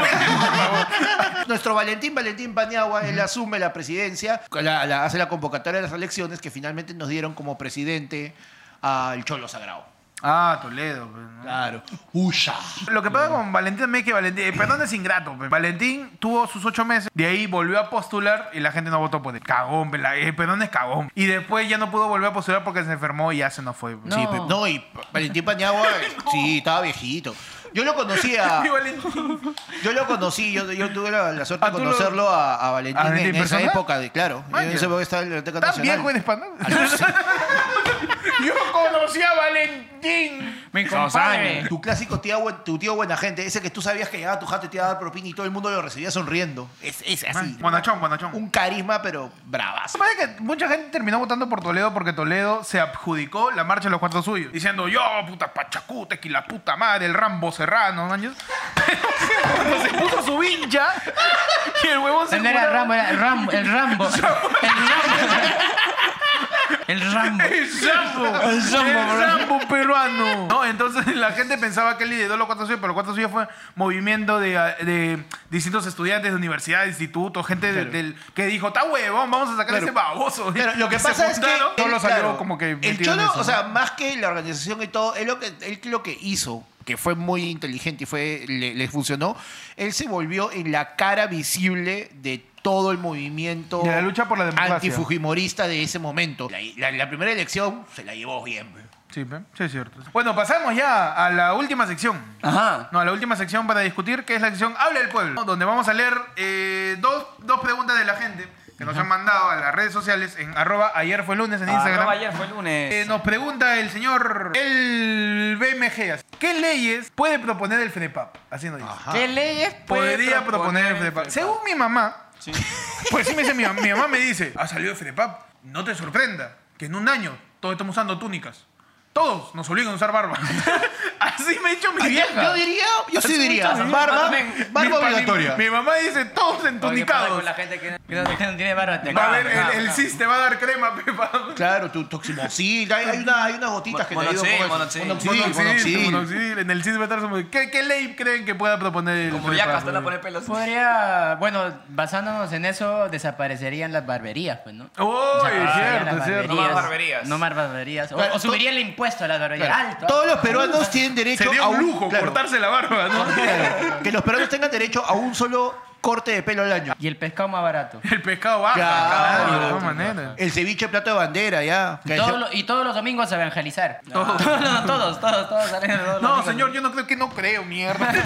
Speaker 1: Nuestro Valentín Valentín Paniagua, él asume la presidencia, la- la- hace la convocatoria de las elecciones que finalmente nos dieron como presidente al Cholo Sagrado.
Speaker 2: ah, Toledo. pues, ¿no?
Speaker 1: Claro. Usha.
Speaker 2: Lo que pasa con Valentín también es que Valentín, eh, perdón, es ingrato. pe. Valentín tuvo sus ocho meses, de ahí volvió a postular y la gente no votó por él. Cagón, pe, la- eh, perdón, es cagón. Y después ya no pudo volver a postular porque se enfermó y ya se nos fue. pe.
Speaker 4: No.
Speaker 1: Sí, pe- no, y P- Valentín Paniagua, eh, sí, estaba viejito. Yo lo conocía.
Speaker 2: Mi Valentín.
Speaker 1: Yo lo conocí, yo, yo tuve la, la suerte
Speaker 2: Ah,
Speaker 1: de
Speaker 2: tú lo-
Speaker 1: conocerlo a, a Valentín,
Speaker 2: ¿A Valentín
Speaker 1: en esa
Speaker 2: personal?
Speaker 1: época, de, claro. Yo
Speaker 2: Vaya.
Speaker 1: en esa época estaba en la Biblioteca
Speaker 2: Tan
Speaker 1: Nacional.
Speaker 2: viejo en español. Yo conocí a Valentín.
Speaker 5: Mi
Speaker 4: compadre.
Speaker 1: Eh, Tu clásico tía, buen- tu tío buena gente, ese que tú sabías que llegaba a tu jato y te iba a dar propina y todo el mundo lo recibía sonriendo. Es, es así.
Speaker 2: Bonachón, bonachón.
Speaker 1: Un carisma, pero bravazo.
Speaker 2: Lo que pasa es que mucha gente terminó votando por Toledo porque Toledo se adjudicó la marcha de los cuartos suyos. Diciendo, yo, puta Pachacutequi, la puta madre, el Rambo Serrano, ¿no? Cuando se puso su vincha y el huevón se
Speaker 4: Él no era
Speaker 2: juraba-
Speaker 4: Rambo, era Rambo, el Rambo. El Rambo. El Rambo.
Speaker 2: ¡El Rambo!
Speaker 5: El Rambo,
Speaker 2: ¡El
Speaker 5: bro.
Speaker 2: Rambo peruano! No, entonces la gente pensaba que él lideró los cuatro suyos, pero los cuatro suyos fue movimiento de, ah, de distintos estudiantes de universidades, institutos, gente de- del, que dijo, está huevón, vamos a sacar
Speaker 1: Claro.
Speaker 2: ese baboso.
Speaker 1: Pero lo que
Speaker 2: Y se
Speaker 1: pasa es que
Speaker 2: juntaron.
Speaker 1: él,
Speaker 2: Solo salió
Speaker 1: claro,
Speaker 2: como que
Speaker 1: el
Speaker 2: metido en
Speaker 1: cholo,
Speaker 2: eso,
Speaker 1: o sea,
Speaker 2: ¿no?
Speaker 1: más que la organización y todo, él lo que él lo que hizo, que fue muy inteligente y fue le, le funcionó, él se volvió en la cara visible de todo el movimiento
Speaker 2: De la lucha por la democracia.
Speaker 1: antifujimorista de ese momento. La, la- la primera elección se la llevó bien. pues.
Speaker 2: Sí, pe- sí, es cierto. Bueno, pasamos ya a la última sección.
Speaker 5: Ajá.
Speaker 2: No, a la última sección para discutir, que es la sección Habla el Pueblo, donde vamos a leer eh, dos, dos preguntas de la gente que nos han mandado a las redes sociales en arroba ayer fue lunes en Instagram.
Speaker 5: Arroba Ah, ayer fue el lunes.
Speaker 2: Eh, nos pregunta el señor el BMG, así, ¿qué leyes puede proponer el FREPAP? Así nos dice.
Speaker 5: ¿Qué leyes
Speaker 4: pues?
Speaker 5: puede
Speaker 2: Podría proponer el FREPAP. Según mi mamá,
Speaker 5: Sí.
Speaker 2: pues sí me dice, mi, mi mamá me dice, ha salido el FREPAP, no te sorprenda que en un año todos estamos usando túnicas. Todos nos obligan a usar barba. Así me ha dicho mi vieja.
Speaker 1: Yo diría, yo sí diría,
Speaker 5: mucho, sí.
Speaker 1: barba,
Speaker 5: También,
Speaker 2: Mi
Speaker 1: barba
Speaker 2: pa- mi-
Speaker 1: obligatoria.
Speaker 2: Mi, mamá dice, todos entunicados.
Speaker 5: Con la gente que no, que no- que no tiene barba. te
Speaker 2: Va a
Speaker 5: cagan,
Speaker 2: ver,
Speaker 5: cagan,
Speaker 2: el, el
Speaker 5: cagan.
Speaker 2: CIS te va a dar crema, Pepa.
Speaker 1: Claro, tu toximocil, hay, hay una- hay unas gotitas que le ayudan
Speaker 5: Monoxidil,
Speaker 1: con eso.
Speaker 5: monoxidil.
Speaker 1: Monoxidil,
Speaker 2: Monoxidil,
Speaker 1: monoxidil.
Speaker 2: monoxidil. En el CIS va a estar su- ¿Qué, qué ley creen que pueda proponer el
Speaker 5: Como ya
Speaker 2: Pepa?
Speaker 5: hasta la pone pelos.
Speaker 4: Podría, bueno, basándonos en eso, desaparecerían las barberías, pues, ¿no?
Speaker 2: ¡Oh, es
Speaker 4: Desaparecerían
Speaker 2: cierto, es
Speaker 4: las
Speaker 2: cierto!
Speaker 5: No más barberías.
Speaker 4: No más barberías. O,
Speaker 1: Claro,
Speaker 4: o subiría el impuesto a las barberías.
Speaker 1: Claro.
Speaker 4: Alto.
Speaker 1: Todos los peruanos tienen derecho
Speaker 2: Sería
Speaker 1: a
Speaker 2: un lujo
Speaker 1: claro,
Speaker 2: cortarse la barba, ¿no?
Speaker 1: claro, que los peruanos tengan derecho a un solo corte de pelo al año.
Speaker 4: Y el pescado más barato.
Speaker 2: El pescado baja,
Speaker 1: Claro.
Speaker 2: claro, de todas maneras.
Speaker 1: El ceviche plato de bandera, ya. Que
Speaker 4: Todos
Speaker 1: ya-
Speaker 4: los- y todos los domingos a evangelizar. Todos, todos, todos, todos salen todos los
Speaker 2: No,
Speaker 4: domingos.
Speaker 2: señor, yo no creo que no creo, mierda.
Speaker 1: Oye,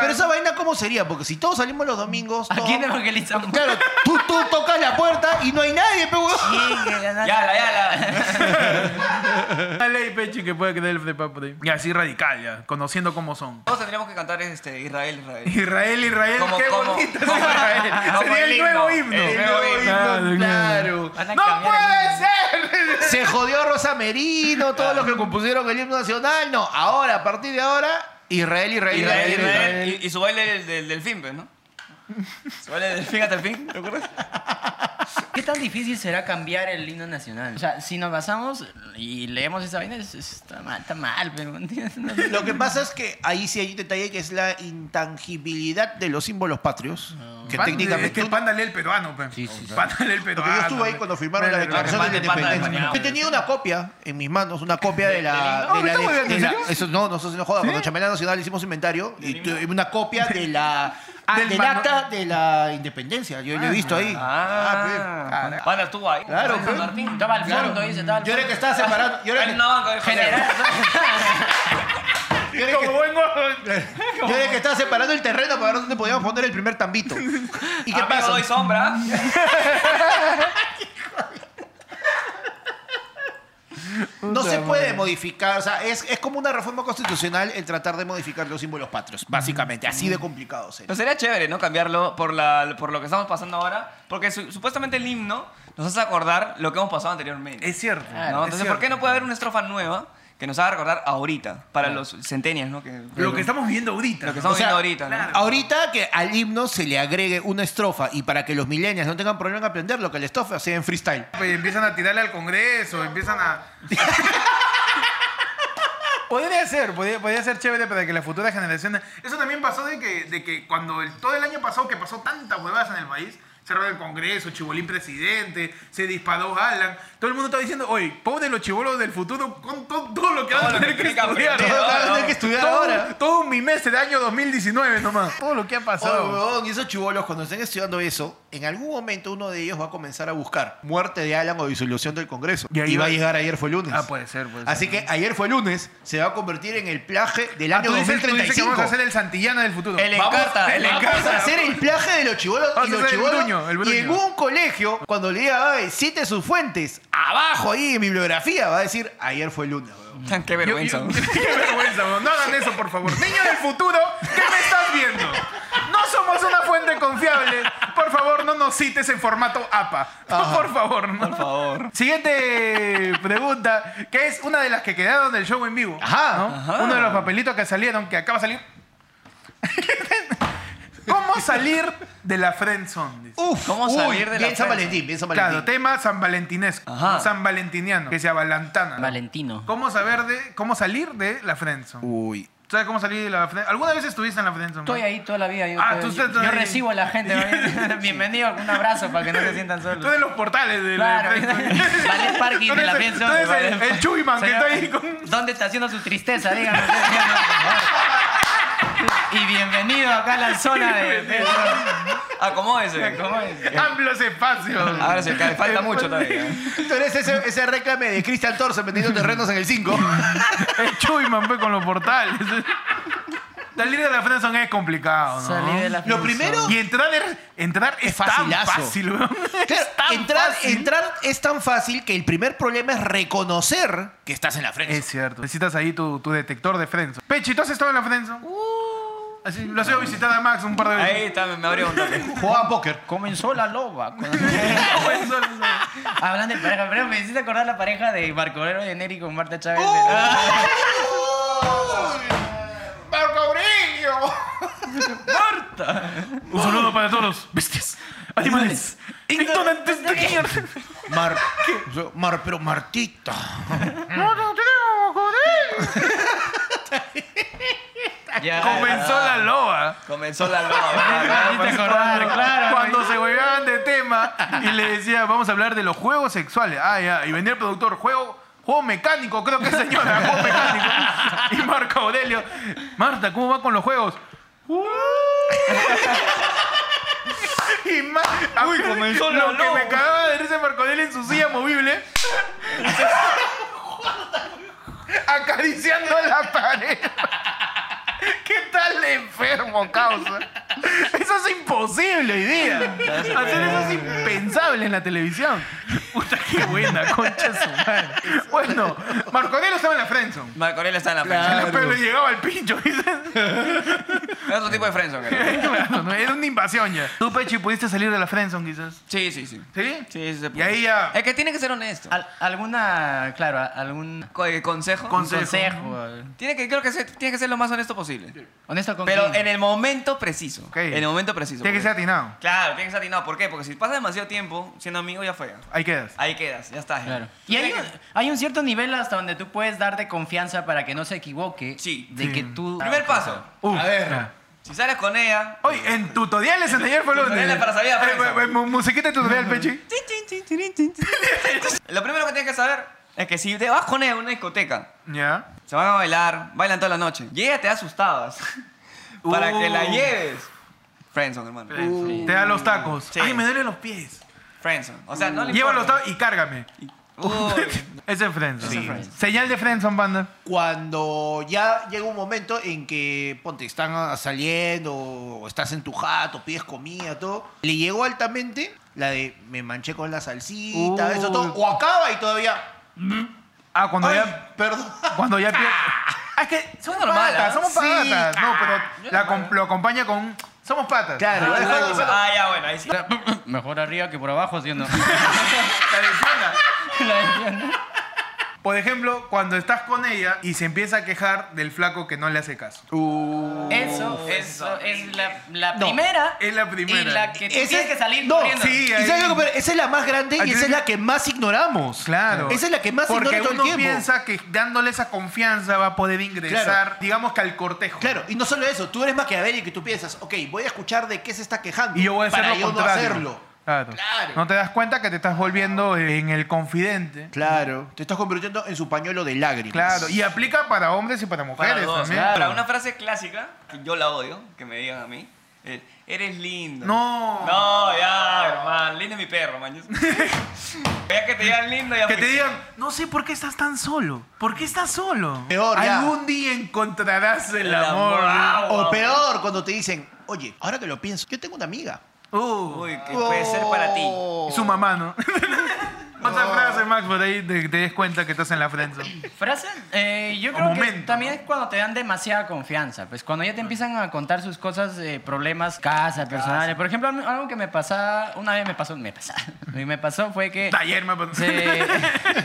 Speaker 1: pero esa vaina, ¿cómo sería? Porque si todos salimos los domingos.
Speaker 4: ¿A
Speaker 1: todos-
Speaker 4: quién evangelizamos?
Speaker 1: Claro, tú, tú tocas la puerta y no hay nadie, pe huevón.
Speaker 4: ya,
Speaker 5: Ya, la, ya, la.
Speaker 2: Una ley, Pechi, que pueda creer el FREPAP por ahí. Y así radical, ya, conociendo cómo son.
Speaker 5: Todos tendríamos que cantar este Israel, Israel.
Speaker 2: Israel, Israel,
Speaker 5: Como-
Speaker 2: qué
Speaker 5: como-
Speaker 2: bonito es
Speaker 5: como-
Speaker 2: Israel.
Speaker 5: como
Speaker 2: Sería el
Speaker 5: el
Speaker 2: nuevo
Speaker 5: himno.
Speaker 2: himno.
Speaker 5: El nuevo himno,
Speaker 2: Claro,
Speaker 1: Claro.
Speaker 4: Van a
Speaker 2: ¡No
Speaker 4: cambiar
Speaker 1: pues!
Speaker 4: el-
Speaker 2: puede ser!
Speaker 1: Se jodió Rosa Merino, todos los que compusieron el himno nacional. No, ahora, a partir de ahora, Israel, Israel, Israel.
Speaker 5: Israel,
Speaker 1: Israel.
Speaker 5: Israel. Y, y su baile del, del delfín, pues, ¿no? Su baile del delfín hasta el fin, ¿te acuerdas?
Speaker 4: ¿Qué tan difícil será cambiar el himno nacional? O sea, si nos basamos y leemos esa vaina, es- es- está mal, está mal, pero ¿entiendes? No sé.
Speaker 1: Lo que pasa es que ahí sí hay un detalle que es la intangibilidad de los símbolos patrios. Que
Speaker 2: Pan-
Speaker 1: técnicamente.
Speaker 2: Es que
Speaker 1: tú-
Speaker 2: Panda lee el peruano, pe. Panda lee el peruano.
Speaker 1: porque yo estuve ahí
Speaker 2: pe.
Speaker 1: cuando firmaron la
Speaker 2: Pero-
Speaker 1: declaración de la
Speaker 5: que mande panda
Speaker 1: independencia.
Speaker 5: de
Speaker 1: Yo tenía una copia en mis manos, una copia de la.
Speaker 2: ¿De-
Speaker 1: de la-
Speaker 2: del
Speaker 1: de-
Speaker 2: himno? ¿No me
Speaker 1: de
Speaker 2: estás
Speaker 1: la-
Speaker 2: jodiendo,
Speaker 1: Eso no, no, eso no joda. Cuando Chamela Nacional hicimos inventario, y tuve una copia de la.
Speaker 2: Ah,
Speaker 1: del
Speaker 2: manu-
Speaker 1: acta de la independencia. Yo lo he visto ahí. Ah,
Speaker 5: Ah, Van estuvo ahí.
Speaker 1: Claro,
Speaker 5: San
Speaker 1: pues.
Speaker 5: Martín.
Speaker 4: Estaba al
Speaker 1: Claro.
Speaker 4: fondo, dice, estaba al
Speaker 1: pe. Yo era el que
Speaker 4: fondo.
Speaker 1: estaba separando. Yo era
Speaker 3: Ah,
Speaker 1: el
Speaker 5: Él no banco de
Speaker 4: General.
Speaker 1: que, yo era el que-
Speaker 2: Como buen huevón.
Speaker 1: yo era el que estaba separando el terreno para ver dónde podíamos poner el primer tambito. ¿Y qué
Speaker 5: Amigo,
Speaker 1: pasa?
Speaker 5: doy sombra.
Speaker 1: No se puede modificar, o sea, es, es como una reforma constitucional el tratar de modificar los símbolos patrios, básicamente, así de complicado sería.
Speaker 5: Pero sería chévere, ¿no? Cambiarlo por, la, por lo que estamos pasando ahora. Porque su- supuestamente el himno nos hace acordar lo que hemos pasado anteriormente.
Speaker 2: Es cierto.
Speaker 5: ¿no?
Speaker 2: es
Speaker 5: Entonces, ¿por
Speaker 2: cierto.
Speaker 5: qué no puede haber una estrofa nueva que nos haga recordar ahorita? Para los centenias, ¿no? Que,
Speaker 2: Lo que estamos viendo ahorita.
Speaker 5: lo que
Speaker 2: ¿no?
Speaker 5: estamos
Speaker 1: O sea,
Speaker 5: viendo ahorita, ¿no?
Speaker 2: claro.
Speaker 1: Ahorita que al himno se le agregue una estrofa y para que los millennials no tengan problema en aprenderlo, que la estrofa sea en freestyle.
Speaker 2: Pues empiezan a tirarle al Congreso, empiezan a. podría ser, podría, podría ser chévere para que las futuras generaciones. Eso también pasó de que, de que cuando el- todo el año pasado que pasó tantas huevadas en el país, cerró el Congreso, Chibolín presidente, se disparó Alan. Todo el mundo está diciendo, oye, pobre los chibolos del futuro con to- todo lo que van
Speaker 5: Todo
Speaker 2: a
Speaker 5: lo
Speaker 2: tener
Speaker 5: que
Speaker 2: que
Speaker 5: tienen que
Speaker 2: estudiar.
Speaker 5: aprender,
Speaker 1: Todos
Speaker 5: no,
Speaker 1: van a
Speaker 5: no.
Speaker 1: tener que estudiar
Speaker 2: Todo-
Speaker 1: ahora.
Speaker 2: Todo mi mes del año 2019 nomás. Todo lo que ha
Speaker 1: Oh,
Speaker 2: pasado.
Speaker 1: huevón, y esos chivolos cuando estén estudiando eso, en algún momento uno de ellos va a comenzar a buscar muerte de Alan o disolución del Congreso.
Speaker 2: Y
Speaker 1: Y,
Speaker 2: ahí
Speaker 1: va
Speaker 2: va-
Speaker 1: a llegar ayer fue lunes.
Speaker 2: Ah, puede ser, puede ser.
Speaker 1: Así que ayer fue lunes, se va a convertir en el plaje del
Speaker 2: Ah,
Speaker 1: año
Speaker 2: tú dices, tú
Speaker 1: 2035.
Speaker 2: dices que vamos a hacer el Santillana del futuro.
Speaker 5: El
Speaker 2: Vamos-
Speaker 5: Encarta, el
Speaker 2: vamos a
Speaker 1: Vamos a hacer el plaje de los chivolos
Speaker 2: Vamos
Speaker 1: y
Speaker 2: a
Speaker 1: los
Speaker 2: hacer el
Speaker 1: chibolos-
Speaker 2: bruño, el
Speaker 1: Y en
Speaker 2: bruño.
Speaker 1: un colegio, cuando le diga, ay, cite sus fuentes, abajo ahí en bibliografía, va a decir, ayer fue lunes, weón.
Speaker 5: Qué
Speaker 2: Yo-
Speaker 5: vergüenza.
Speaker 2: yo-
Speaker 5: ¿no?
Speaker 2: qué vergüenza, bro. no hagan eso, por favor. Niño del futuro, ¿qué me estás viendo? No somos una fuente confiable. Por favor, no nos cites en formato APA. Por favor, no. Por favor. Siguiente pregunta, que es una de las que quedaron del show en vivo.
Speaker 1: Ajá.
Speaker 2: ¿no? Uno de los papelitos que salieron, que acaba de salir. ¿Cómo salir de la friend zone?
Speaker 1: Uf,
Speaker 5: ¿Cómo
Speaker 1: uy,
Speaker 5: salir de la
Speaker 1: bien
Speaker 5: prensa?
Speaker 1: San Valentín, bien San
Speaker 2: Claro,
Speaker 1: Valentín.
Speaker 2: tema san valentinesco,
Speaker 5: Ajá.
Speaker 2: no san valentiniano, que se avalantana.
Speaker 4: Valentino.
Speaker 2: ¿Cómo saber de cómo salir de la friendzone?
Speaker 1: Uy.
Speaker 2: ¿Sabes cómo salir de la friendzone? ¿Alguna vez estuviste en la friendzone?
Speaker 4: Estoy ahí toda la vida. Yo,
Speaker 2: Ah,
Speaker 4: yo-
Speaker 2: tú
Speaker 4: yo-
Speaker 2: estás
Speaker 4: yo
Speaker 2: ahí.
Speaker 4: recibo a la gente. ¿no? Bienvenido, un abrazo para que no se sientan
Speaker 2: Tú
Speaker 4: solos.
Speaker 2: eres los portales de
Speaker 4: Claro.
Speaker 2: la friendzone.
Speaker 4: Ballet parking
Speaker 2: Tú
Speaker 4: de
Speaker 2: eres
Speaker 4: la
Speaker 2: el-
Speaker 4: friendzone,
Speaker 2: Tú eres el,
Speaker 4: ballet
Speaker 2: el Chuyman que está
Speaker 4: Señor,
Speaker 2: ahí con...
Speaker 4: ¿Dónde está haciendo su tristeza? Dígame. usted, señor, por favor. Y bienvenido acá a la zona de... de-
Speaker 5: Acomódese, acomódese.
Speaker 2: Amplios espacios.
Speaker 5: Ahora se cae, falta mucho todavía. ¿eh?
Speaker 1: Tú eres ese, ese réclame de Cristian Torso vendiendo terrenos en el 5.
Speaker 2: El Chuyman fue con los portales. Salir de la friendzone es complicado, ¿no?
Speaker 4: Salir de la
Speaker 1: Lo primero-
Speaker 2: Y entrar es, entrar es, tan
Speaker 1: facilazo.
Speaker 2: fácil, weón.
Speaker 1: Claro,
Speaker 2: Es tan
Speaker 1: entrar,
Speaker 2: fácil.
Speaker 1: entrar es tan fácil que el primer problema es reconocer que estás en la frente.
Speaker 2: Es cierto. Necesitas ahí tu, tu detector de Frenzo. Pechi, ¿tú has estado en la Frenzo?
Speaker 4: Uh.
Speaker 2: Así, lo has ido a visitar a Max un par de veces.
Speaker 5: Ahí está, me, me abrió un toque.
Speaker 1: Juega póker.
Speaker 4: Comenzó la loba. Hablando de pareja, pero me hiciste acordar la pareja de Marco Aurelio de Neri con Marta Chávez. Ah.
Speaker 1: ¡Marco Aurelio!
Speaker 2: Un saludo para todos los bestias, animales, ignorantes de mierda.
Speaker 1: Mar, Mar, pero Martita.
Speaker 5: Ya,
Speaker 2: Comenzó la loa.
Speaker 5: Comenzó la loba.
Speaker 4: Me hiciste acordar, claro.
Speaker 2: Cuando se juegaban de tema y le decía, vamos a hablar de los juegos sexuales. Ah, ya. Y venía el productor, juego, juego mecánico, creo que señora, juego mecánico. Y Marco Aurelio, Marta, ¿cómo va con los juegos? "Uh". Y Ma-
Speaker 5: comenzó la
Speaker 2: lo que
Speaker 5: loba.
Speaker 2: me cagaba de risa Marco Aurelio en su silla movible. acariciando la pared. ¿Qué tal de enfermo, causa? Eso es imposible hoy día. Hacer eso es impensable en la televisión. Puta, qué buena, concha de su madre. Bueno, Marco Aurelio estaba en la Friendzone.
Speaker 5: Marco Aurelio está en la
Speaker 2: Pero
Speaker 5: prensa.
Speaker 2: le llegaba el pincho, ¿viste?
Speaker 3: Es otro tipo de friendzone. creo.
Speaker 2: Claro, ¿no? Era una invasión ya. Tú, Pechi, pudiste salir de la friendzone quizás.
Speaker 3: Sí, sí, sí.
Speaker 2: ¿Sí?
Speaker 3: Sí, sí se
Speaker 2: Y
Speaker 3: puede.
Speaker 2: ahí ya...
Speaker 3: Es que tiene que ser honesto.
Speaker 4: Al- alguna, claro, a- algún
Speaker 3: Co- eh, ¿Consejo?
Speaker 2: Consejo.
Speaker 4: consejo. eh.
Speaker 3: Tiene que, creo que ser, tiene que ser lo más honesto posible.
Speaker 4: Honesto con
Speaker 3: Pero
Speaker 4: quién.
Speaker 3: en el momento preciso.
Speaker 2: Ok.
Speaker 3: En el momento preciso.
Speaker 2: Tiene que ser
Speaker 3: porque-
Speaker 2: atinado.
Speaker 3: Claro, tiene que ser atinado. ¿Por qué? Porque si pasa demasiado tiempo siendo amigo, ya fue.
Speaker 2: Ahí quedas.
Speaker 3: Ahí quedas, ya está.
Speaker 4: Claro.
Speaker 3: Tú
Speaker 4: Y hay,
Speaker 3: tienes
Speaker 4: un-
Speaker 3: que-
Speaker 4: hay un cierto nivel hasta donde tú puedes darte confianza para que no se equivoque
Speaker 3: Sí.
Speaker 4: de
Speaker 2: Sí.
Speaker 4: que tú...
Speaker 3: Primer paso.
Speaker 2: Uf.
Speaker 1: A ver.
Speaker 3: Si sales con ella,
Speaker 2: Oye, eh, en tutoriales en ayer fue lo
Speaker 3: Tutoriales para salir a prensa.
Speaker 2: Eh, eh, mu- Musiquita de tutorial, Pechi.
Speaker 3: Lo primero que tienes que saber es que si te vas con ella a una discoteca,
Speaker 2: Ya.
Speaker 3: se van a bailar, bailan toda la noche, y ella te da sus tabas para que la
Speaker 2: Uh.
Speaker 3: lleves. Friendzone, hermano.
Speaker 2: Te da los tacos.
Speaker 3: Sí.
Speaker 2: Ay, me duelen los pies.
Speaker 3: Friendzone. O sea, no le
Speaker 2: Lleva los
Speaker 3: importa.
Speaker 2: tacos y cárgame.
Speaker 3: Uy.
Speaker 2: Ese es friendzone.
Speaker 1: Sí.
Speaker 2: friendzone. Señal de friendzone, banda.
Speaker 1: cuando ya llega un momento en que ponte están ah, saliendo o estás en tu jato, pides comida, todo, le llegó altamente la de me manché con la salsita,
Speaker 2: Uh.
Speaker 1: eso todo, o acaba y todavía,
Speaker 2: Ah, cuando
Speaker 1: "Ay,
Speaker 2: ya...
Speaker 1: perdón.
Speaker 2: Cuando ya pier- Ah,
Speaker 3: Es que son normales.
Speaker 2: patas, somos
Speaker 1: Sí.
Speaker 2: patas. No, pero la com- lo acompaña con... un, Somos patas.
Speaker 1: Claro,
Speaker 3: Ah,
Speaker 1: déjalo,
Speaker 3: no.
Speaker 1: déjalo.
Speaker 3: Ah, ya, bueno, ahí sí.
Speaker 4: Mejor arriba que por abajo, ¿sí o no?
Speaker 2: La defienda.
Speaker 4: La defiendo.
Speaker 2: Por ejemplo, cuando estás con ella y se empieza a quejar del flaco que no le hace caso.
Speaker 1: Uh.
Speaker 4: eso, eso es la, la
Speaker 1: No,
Speaker 4: primera.
Speaker 2: es la primera.
Speaker 4: Y la que tú
Speaker 1: Esa
Speaker 4: tienes
Speaker 1: es-
Speaker 4: que salir
Speaker 1: no,
Speaker 4: corriendo.
Speaker 2: sí.
Speaker 1: Y
Speaker 2: ahí-
Speaker 1: sabes lo que- pero esa es la más grande
Speaker 2: Ahí
Speaker 1: y esa es
Speaker 2: tiene-
Speaker 1: la que más ignoramos.
Speaker 2: Claro.
Speaker 1: Esa es la que más
Speaker 2: Porque
Speaker 1: ignora todo el
Speaker 2: uno
Speaker 1: tiempo.
Speaker 2: piensa que dándole esa confianza va a poder ingresar,
Speaker 1: Claro.
Speaker 2: digamos que al cortejo.
Speaker 1: Claro, y no solo eso, tú eres maquiavélico y tú piensas, ok, voy a escuchar de qué se está quejando
Speaker 2: Y yo voy a hacer
Speaker 1: para
Speaker 2: lo
Speaker 1: yo no
Speaker 2: contrario.
Speaker 1: hacerlo.
Speaker 2: Claro.
Speaker 1: Claro.
Speaker 2: No te das cuenta que te estás volviendo eh, en el confidente.
Speaker 1: Claro, te estás convirtiendo en su pañuelo de lágrimas.
Speaker 2: Claro. Y aplica para hombres y para mujeres
Speaker 3: Para, dos,
Speaker 2: también.
Speaker 3: ¿no? Para una frase clásica, que yo la odio, que me digan a mí, es, eres lindo.
Speaker 2: No.
Speaker 3: No, ya, hermano. Lindo es mi perro, man. ya que te digan lindo, ya
Speaker 2: Que te
Speaker 3: fuiste.
Speaker 2: digan, no sé por qué estás tan solo. ¿Por qué estás solo?
Speaker 1: Peor, ya.
Speaker 2: Algún día encontrarás el,
Speaker 3: El
Speaker 2: amor.
Speaker 3: amor. Ah,
Speaker 1: O peor, cuando te dicen, oye, ahora que lo pienso, yo tengo una amiga.
Speaker 2: Uh.
Speaker 3: Uy, que puede ser para ti.
Speaker 2: Y su mamá, ¿no? Otra
Speaker 3: Oh.
Speaker 2: frase, Max, por ahí te, te des cuenta que estás en la frente.
Speaker 4: Frase, eh, yo
Speaker 2: O
Speaker 4: creo que
Speaker 2: momento,
Speaker 4: también
Speaker 2: ¿no?
Speaker 4: es cuando te dan demasiada confianza. Pues cuando ya te empiezan a contar sus cosas, eh, problemas, casa, personales. Por ejemplo, algo algo que me pasaba, una vez me pasó, me pasó, me pasó fue que...
Speaker 2: Ayer me pasó.
Speaker 4: Se-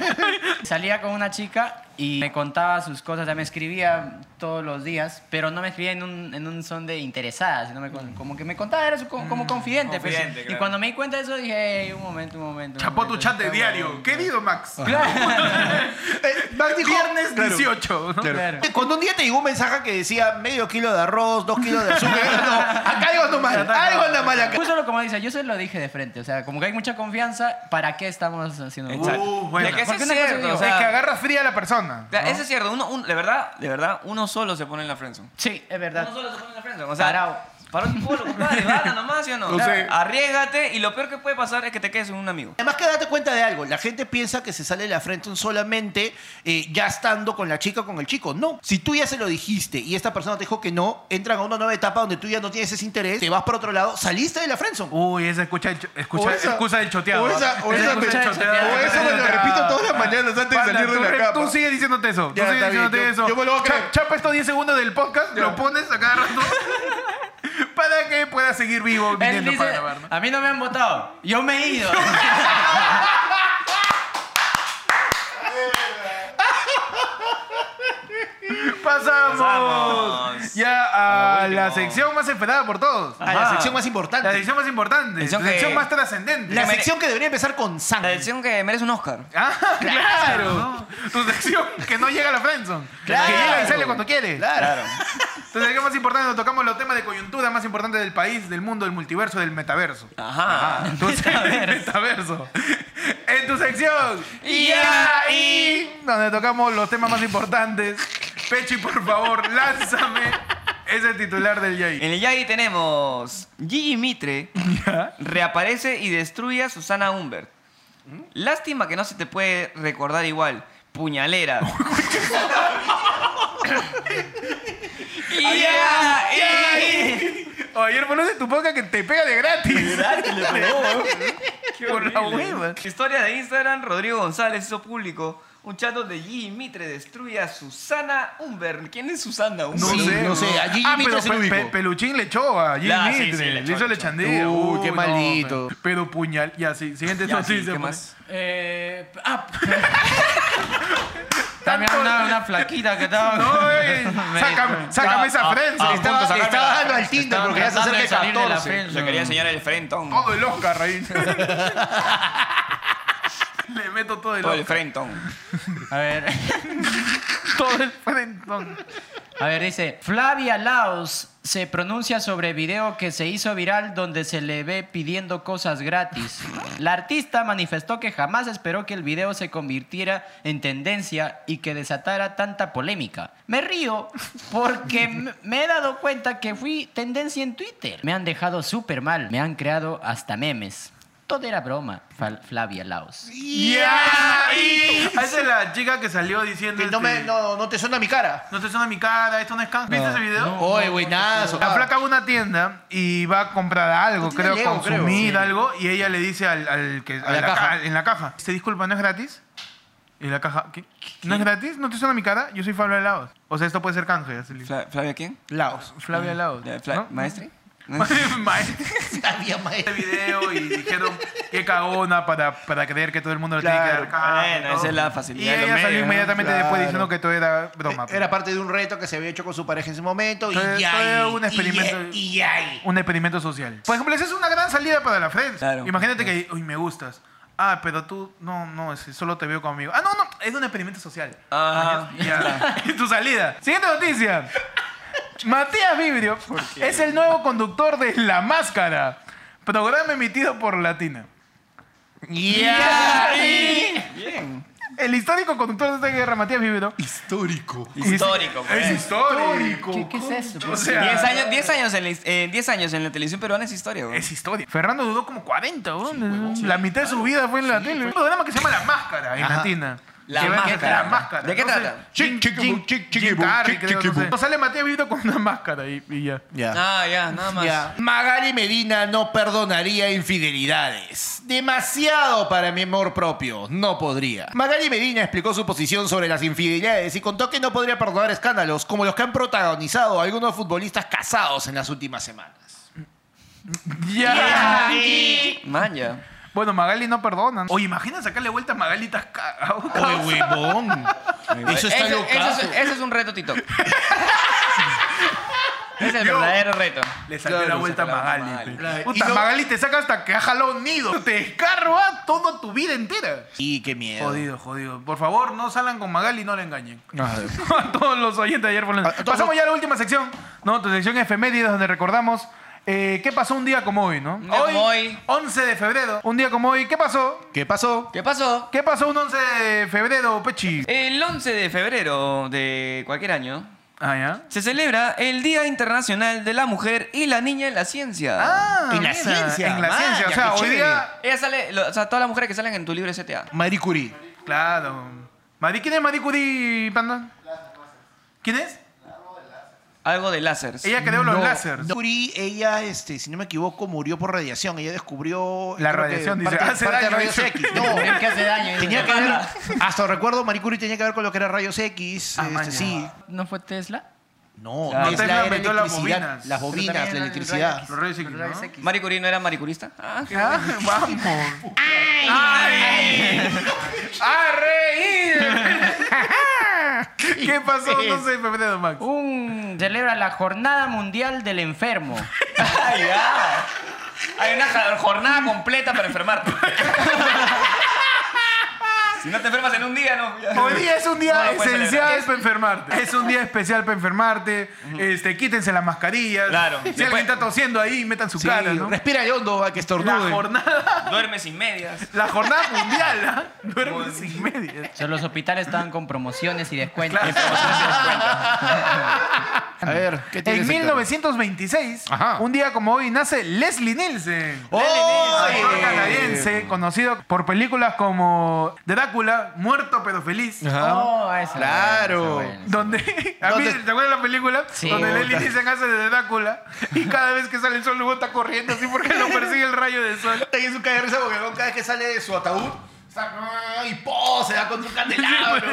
Speaker 4: salía con una chica y me contaba sus cosas, ya me escribía todos los días, pero no me escribía en un, en un son de interesada, sino me con-
Speaker 2: Mm.
Speaker 4: como que me contaba, era su co- como confidente. pues.
Speaker 3: confidente,
Speaker 4: Y
Speaker 3: claro.
Speaker 4: cuando me di cuenta de eso dije, "Ey, un momento, un momento. un
Speaker 2: Chapó tu
Speaker 4: momento,
Speaker 2: chat de
Speaker 4: está
Speaker 2: diario.
Speaker 4: bueno".
Speaker 2: Querido Max.
Speaker 6: Ah.
Speaker 1: Eh, Max dijo-
Speaker 2: Viernes
Speaker 1: Claro.
Speaker 2: 18. ¿no?
Speaker 4: Claro.
Speaker 1: Cuando un día te llegó un mensaje que decía medio kilo de arroz, dos kilos de azúcar, no, acá algo anda mal, algo anda mal acá.
Speaker 4: Justo lo como dice, yo se lo dije de frente, o sea, como que hay mucha confianza, ¿para qué estamos haciendo?
Speaker 3: Exacto.
Speaker 2: Uh, bueno.
Speaker 3: Ya que eso
Speaker 4: Porque
Speaker 3: es
Speaker 4: una cosa
Speaker 3: cierto,
Speaker 4: digo,
Speaker 3: o
Speaker 2: Es que
Speaker 3: sea,
Speaker 2: agarra fría a la persona.
Speaker 3: claro, eso es cierto. Uno, un- de verdad, de verdad, uno solo se pone en la friendzone.
Speaker 4: Sí, es
Speaker 3: Uno
Speaker 4: verdad.
Speaker 3: solo se pone en la friendzone. O sea,
Speaker 4: Parao.
Speaker 3: Para un polo, compadre, bala nomás, ¿sí o no?
Speaker 1: No sé.
Speaker 3: Arriégate y lo peor que puede pasar es que te quedes con un amigo.
Speaker 1: Además que date cuenta de algo, la gente piensa que se sale de la frente un solamente eh, ya estando con la chica o con el chico. No, si tú ya se lo dijiste y esta persona te dijo que no, entran a una nueva etapa donde tú ya no tienes ese interés, te vas para otro lado, saliste de la friendzone.
Speaker 2: Uy, esa escucha, el cho- escucha
Speaker 6: O esa-
Speaker 2: excusa del choteado.
Speaker 6: o esa- o esa-
Speaker 2: escucha del
Speaker 4: o
Speaker 2: choteado.
Speaker 6: esa me la repito todas las mañanas antes de
Speaker 2: Panda,
Speaker 6: salir de
Speaker 2: tú
Speaker 6: la
Speaker 2: re-
Speaker 6: cama.
Speaker 2: Tú sigues diciéndote eso. Tú
Speaker 6: Ya,
Speaker 2: sigues
Speaker 6: está bien,
Speaker 2: diciéndote
Speaker 6: yo-
Speaker 2: eso.
Speaker 6: yo me lo voy a
Speaker 2: Cha-
Speaker 6: creer.
Speaker 2: Chapa estos 10 segundos del podcast, lo pones a cada rato para que puedas seguir vivo
Speaker 4: Él
Speaker 2: viniendo para
Speaker 4: dice,
Speaker 2: grabar. ¿no?
Speaker 4: a mí no me han votado, yo me he ido.
Speaker 2: Pasamos,
Speaker 3: Pasamos.
Speaker 2: ya a
Speaker 3: A lo
Speaker 2: la
Speaker 3: último.
Speaker 2: sección más esperada por todos. Ah,
Speaker 1: A Ah, la
Speaker 3: Ajá.
Speaker 1: sección más importante.
Speaker 2: La sección más importante,
Speaker 3: Sección
Speaker 2: la
Speaker 3: que-
Speaker 2: sección más trascendente.
Speaker 1: La
Speaker 3: mere-
Speaker 1: sección que debería empezar con
Speaker 3: La
Speaker 1: sangre.
Speaker 3: decisión que merece un Oscar.
Speaker 2: Ah, claro. Tu sección que no llega a la friendzone.
Speaker 1: Claro.
Speaker 2: Que llega y sale cuando quiere.
Speaker 1: Claro.
Speaker 2: Entonces, ¿qué más importante? Nos tocamos los temas de coyuntura más importantes del país, del mundo, del multiverso, del metaverso.
Speaker 3: Ajá.
Speaker 2: Entonces, metaverso. En tu sección.
Speaker 3: Y
Speaker 2: ahí. Donde tocamos los temas más importantes. Pechi, por favor, lánzame ese titular del Yay.
Speaker 3: En el Yagi tenemos Gigi Mitre reaparece y destruye a Susana Humbert. Lástima que no se te puede recordar igual. Puñalera. Y ya, y-
Speaker 2: O ayer voló de tu boca que te pega de gratis. Por la hueva.
Speaker 3: Historia de Instagram, Rodrigo González hizo público
Speaker 5: Un chat donde Gigi Mitre destruye a Susana Humbert. ¿Quién es Susana Humbert?
Speaker 2: No
Speaker 1: Sí,
Speaker 2: sé.
Speaker 1: no sé, a Gigi
Speaker 2: ah,
Speaker 1: Mitre
Speaker 2: pero
Speaker 1: se lo
Speaker 2: Pe-
Speaker 1: ubicó.
Speaker 2: Pe- Peluchín le echó a Jimmy
Speaker 5: Ya, sí,
Speaker 2: Mitre.
Speaker 5: sí, le
Speaker 2: le,
Speaker 5: echó,
Speaker 2: hizo
Speaker 5: le
Speaker 2: le
Speaker 5: echó.
Speaker 2: chandea.
Speaker 1: Uy, qué maldito.
Speaker 2: pe- Pero puñal. Ya, sí. Siguiente
Speaker 5: Ya, sí,
Speaker 2: noticia,
Speaker 5: ¿qué
Speaker 2: pues.
Speaker 5: más?
Speaker 4: Eh, ah, también una, una flaquita que estaba.
Speaker 2: No, ey,
Speaker 4: Me-
Speaker 2: sácame, sácame esa prensa.
Speaker 1: Estaba,
Speaker 5: punto, sacarme
Speaker 1: estaba
Speaker 5: la-
Speaker 1: dando al Tinder
Speaker 4: estaban
Speaker 1: porque ya se
Speaker 4: tratando de
Speaker 1: acerca
Speaker 4: salir de la
Speaker 1: 14.
Speaker 4: friendzone.
Speaker 5: Le quería enseñar el frentón.
Speaker 2: Todo el Oscar ahí. Le meto todo el
Speaker 5: Todo el
Speaker 2: Oscar.
Speaker 5: frentón.
Speaker 4: A ver,
Speaker 2: Todo el frentón.
Speaker 4: a ver, dice Flavia Laos se pronuncia sobre video que se hizo viral donde se le ve pidiendo cosas gratis. La artista manifestó que jamás esperó que el video se convirtiera en tendencia y que desatara tanta polémica. Me río porque m- me he dado cuenta que fui tendencia en Twitter. Me han dejado súper mal, me han creado hasta memes. Todo era broma, Fal- Flavia Laos.
Speaker 2: ¡Ya! y- Esa es la chica que salió diciendo.
Speaker 1: Que no, me,
Speaker 2: este,
Speaker 1: no, no te suena mi cara.
Speaker 2: no te suena mi cara, esto no es can. ¿Viste ese video?
Speaker 1: Oye, buenazo.
Speaker 2: La flaca va a una tienda y va a comprar algo,
Speaker 1: Tiene
Speaker 2: creo,
Speaker 1: Lego,
Speaker 2: consumir
Speaker 1: creo.
Speaker 2: algo, y ella le dice al, al que a
Speaker 1: la
Speaker 2: la ca-
Speaker 1: caja.
Speaker 2: en la caja, ¿se disculpa, no es gratis? Y la caja, ¿qué? ¿No es gratis? ¿No te suena mi cara? Yo soy Flavia Laos. O sea, esto puede ser canje. así le dice.
Speaker 5: Fla- ¿Flavia quién?
Speaker 1: Laos.
Speaker 2: Flavia
Speaker 4: Mm.
Speaker 2: Laos.
Speaker 5: Ya, Fla-
Speaker 2: ¿no?
Speaker 5: ¿Maestri?
Speaker 2: Maestra
Speaker 1: Sabía, maestro.
Speaker 2: de video y dijeron qué cagona para, para creer que todo el mundo le tiene que
Speaker 1: Claro.
Speaker 2: dar caja. y
Speaker 5: Bueno, esa
Speaker 2: todo.
Speaker 5: es la facilidad
Speaker 2: Y
Speaker 5: de los
Speaker 2: ella salió
Speaker 5: medios, ¿no?
Speaker 2: inmediatamente después
Speaker 1: Claro.
Speaker 2: diciendo que todo era broma.
Speaker 1: Era parte de un reto que se había hecho con su pareja en ese momento. Y
Speaker 2: Todo-
Speaker 1: ya.
Speaker 2: todo era
Speaker 1: y-
Speaker 2: un experimento.
Speaker 1: Y ya. y-
Speaker 2: un experimento social. Por ejemplo, esa es una gran salida para la Friends.
Speaker 5: Claro.
Speaker 2: Imagínate que, uy, me gustas. Ah, pero tú, no, no, es- solo te veo conmigo. Ah, no, no, es un experimento social.
Speaker 5: Ah,
Speaker 2: Ya. Y tu salida. Siguiente noticia. Matías Vibrio es el nuevo conductor de La Máscara, programa emitido por Latina.
Speaker 1: y-
Speaker 5: bien.
Speaker 2: El histórico conductor de esta guerra, Matías Vibrio.
Speaker 1: Histórico.
Speaker 5: Histórico,
Speaker 2: Es,
Speaker 5: pues.
Speaker 2: es histórico.
Speaker 4: ¿Qué- qué es eso?
Speaker 2: O sea,
Speaker 5: 10 años, 10 años, en la his- eh, 10 años en la televisión peruana es historia, güey.
Speaker 2: Es historia. Fernando duró como 40, ¿no? La mitad de su vida fue en la tele. Un programa que se llama La Máscara en
Speaker 1: Ajá.
Speaker 2: Latina.
Speaker 5: La
Speaker 2: Que va-
Speaker 5: Máscara.
Speaker 2: que- La Máscara.
Speaker 5: ¿De qué
Speaker 2: No sé,
Speaker 5: trata?
Speaker 2: Jim-
Speaker 1: Chiqui-
Speaker 2: Jim-
Speaker 1: chiqui-
Speaker 2: Jim
Speaker 1: chiqui-
Speaker 2: Carrey, creo,
Speaker 1: chiqui-
Speaker 2: no sé. No sale Matías Vito con una máscara y, y ya.
Speaker 1: Ya.
Speaker 5: Ah, ya, nada más.
Speaker 1: Ya. Magali Medina no perdonaría infidelidades. Demasiado para mi amor propio. No podría. Magali Medina explicó su posición sobre las infidelidades y contó que no podría perdonar escándalos como los que han protagonizado algunos futbolistas casados en las últimas semanas.
Speaker 2: Ya.
Speaker 5: Man, ya.
Speaker 2: Bueno, Magali no perdona. Oye, imagina sacarle vuelta a Magali estás cagado.
Speaker 1: ¡Oye, huevón! Eso está
Speaker 5: Ese- Ese,
Speaker 1: locazo.
Speaker 5: es- ese es un reto, Tito. es el
Speaker 2: Yo-
Speaker 5: verdadero reto.
Speaker 2: Le saqué
Speaker 5: Claro,
Speaker 2: la
Speaker 5: le
Speaker 2: vuelta a
Speaker 5: saqué la vuelta a
Speaker 2: Magali.
Speaker 1: Magali.
Speaker 2: Puta,
Speaker 1: Y no-
Speaker 2: Magali te saca hasta que ha jalado un nido. Te descarga toda tu vida entera.
Speaker 1: Y qué miedo.
Speaker 2: Jodido, jodido. Por favor, no salgan con Magali y no la engañen. a todos los oyentes de ayer por la noche.
Speaker 1: A- a todos
Speaker 2: Pasamos
Speaker 1: los-
Speaker 2: ya a la última sección. No, tu sección efemérides donde recordamos eh, qué pasó un día como hoy, ¿no?
Speaker 5: día como hoy.
Speaker 2: 11 de febrero. Un día como hoy, ¿qué pasó?
Speaker 1: ¿Qué pasó?
Speaker 5: ¿Qué pasó?
Speaker 2: ¿Qué pasó un 11 de febrero, Pechi?
Speaker 5: El 11 de febrero de cualquier año
Speaker 2: Ah, ya.
Speaker 5: se celebra el Día Internacional de la Mujer y la Niña en la Ciencia.
Speaker 2: Ah,
Speaker 1: En la
Speaker 2: mira,
Speaker 1: ciencia,
Speaker 2: En la
Speaker 1: man,
Speaker 2: ciencia. O
Speaker 1: ya,
Speaker 2: sea,
Speaker 1: qué
Speaker 2: hoy día.
Speaker 5: Ella sale, lo- o sea, todas las mujeres que salen en tu libro STA.
Speaker 1: Marie Curie.
Speaker 2: Claro. Mari- ¿Quién es Marie Curie, Panda? ¿Quién es?
Speaker 5: Algo de láseres.
Speaker 2: Ella creó los láseres.
Speaker 1: No, Curie, ella, este, si no me equivoco, murió por radiación. Ella descubrió.
Speaker 2: La
Speaker 1: creo que
Speaker 2: radiación, dice,
Speaker 1: parte,
Speaker 2: hace
Speaker 1: parte de
Speaker 2: daño,
Speaker 1: rayos
Speaker 2: dice.
Speaker 1: X. No,
Speaker 4: Es que hace daño.
Speaker 1: tenía que ver. Hasta recuerdo, Marie Curie tenía que ver con lo que era rayos X.
Speaker 2: Ah,
Speaker 1: este,
Speaker 2: maña.
Speaker 1: sí.
Speaker 4: ¿No fue Tesla?
Speaker 1: No, Tesla
Speaker 2: Claro. Tesla
Speaker 1: era
Speaker 2: inventó las
Speaker 1: electricidad.
Speaker 2: bobinas.
Speaker 1: Las bobinas, la electricidad.
Speaker 2: Los rayos X, ¿no?
Speaker 5: Marie Curie no era maricurista. Ah, qué-
Speaker 2: Ah, vamos. ¡Ay! ¡A reír! ¿Qué pasó? No sé, febrero, Max.
Speaker 4: Un, celebra la Jornada Mundial del Enfermo.
Speaker 5: Ay, ya. Hay una ja- jornada completa para enfermarte. si no te enfermas en un día, no. ya.
Speaker 2: Hoy día es un
Speaker 5: No
Speaker 2: día
Speaker 5: lo puedes
Speaker 2: esencial para enfermarte. Es un día especial para enfermarte. Este, quítense las mascarillas.
Speaker 5: Claro.
Speaker 2: Si
Speaker 5: Después-
Speaker 2: alguien está tosiendo ahí, metan su
Speaker 1: Sí,
Speaker 2: cara, ¿no?
Speaker 1: Respira de hondo, a que
Speaker 2: La
Speaker 1: estornude.
Speaker 2: jornada,
Speaker 5: celebrar. Duerme sin medias.
Speaker 2: la jornada mundial, ¿ah? Duerme sin medias.
Speaker 4: O sea, los hospitales estaban con promociones y descuentos.
Speaker 1: A ver, ¿qué tienes
Speaker 2: En
Speaker 1: Héctor?
Speaker 2: 1926,
Speaker 1: Ajá.
Speaker 2: un día como hoy, nace Leslie Nielsen.
Speaker 1: ¡Oye!
Speaker 2: actor canadiense conocido por películas como Drácula, Muerto pero Feliz.
Speaker 4: Oh, esa
Speaker 1: Claro.
Speaker 4: buena, esa buena.
Speaker 2: Donde, a mí,
Speaker 1: ¿Dónde?
Speaker 2: ¿te acuerdas de la película?
Speaker 4: Sí.
Speaker 2: Donde
Speaker 4: Puta.
Speaker 2: Leslie Nielsen hace de Drácula y cada vez que sale el sol luego está corriendo así porque lo persigue el rayo del sol.
Speaker 1: Está en su calle de risa porque cada vez que sale de su ataúd saca, y po, se da contra un candelabro.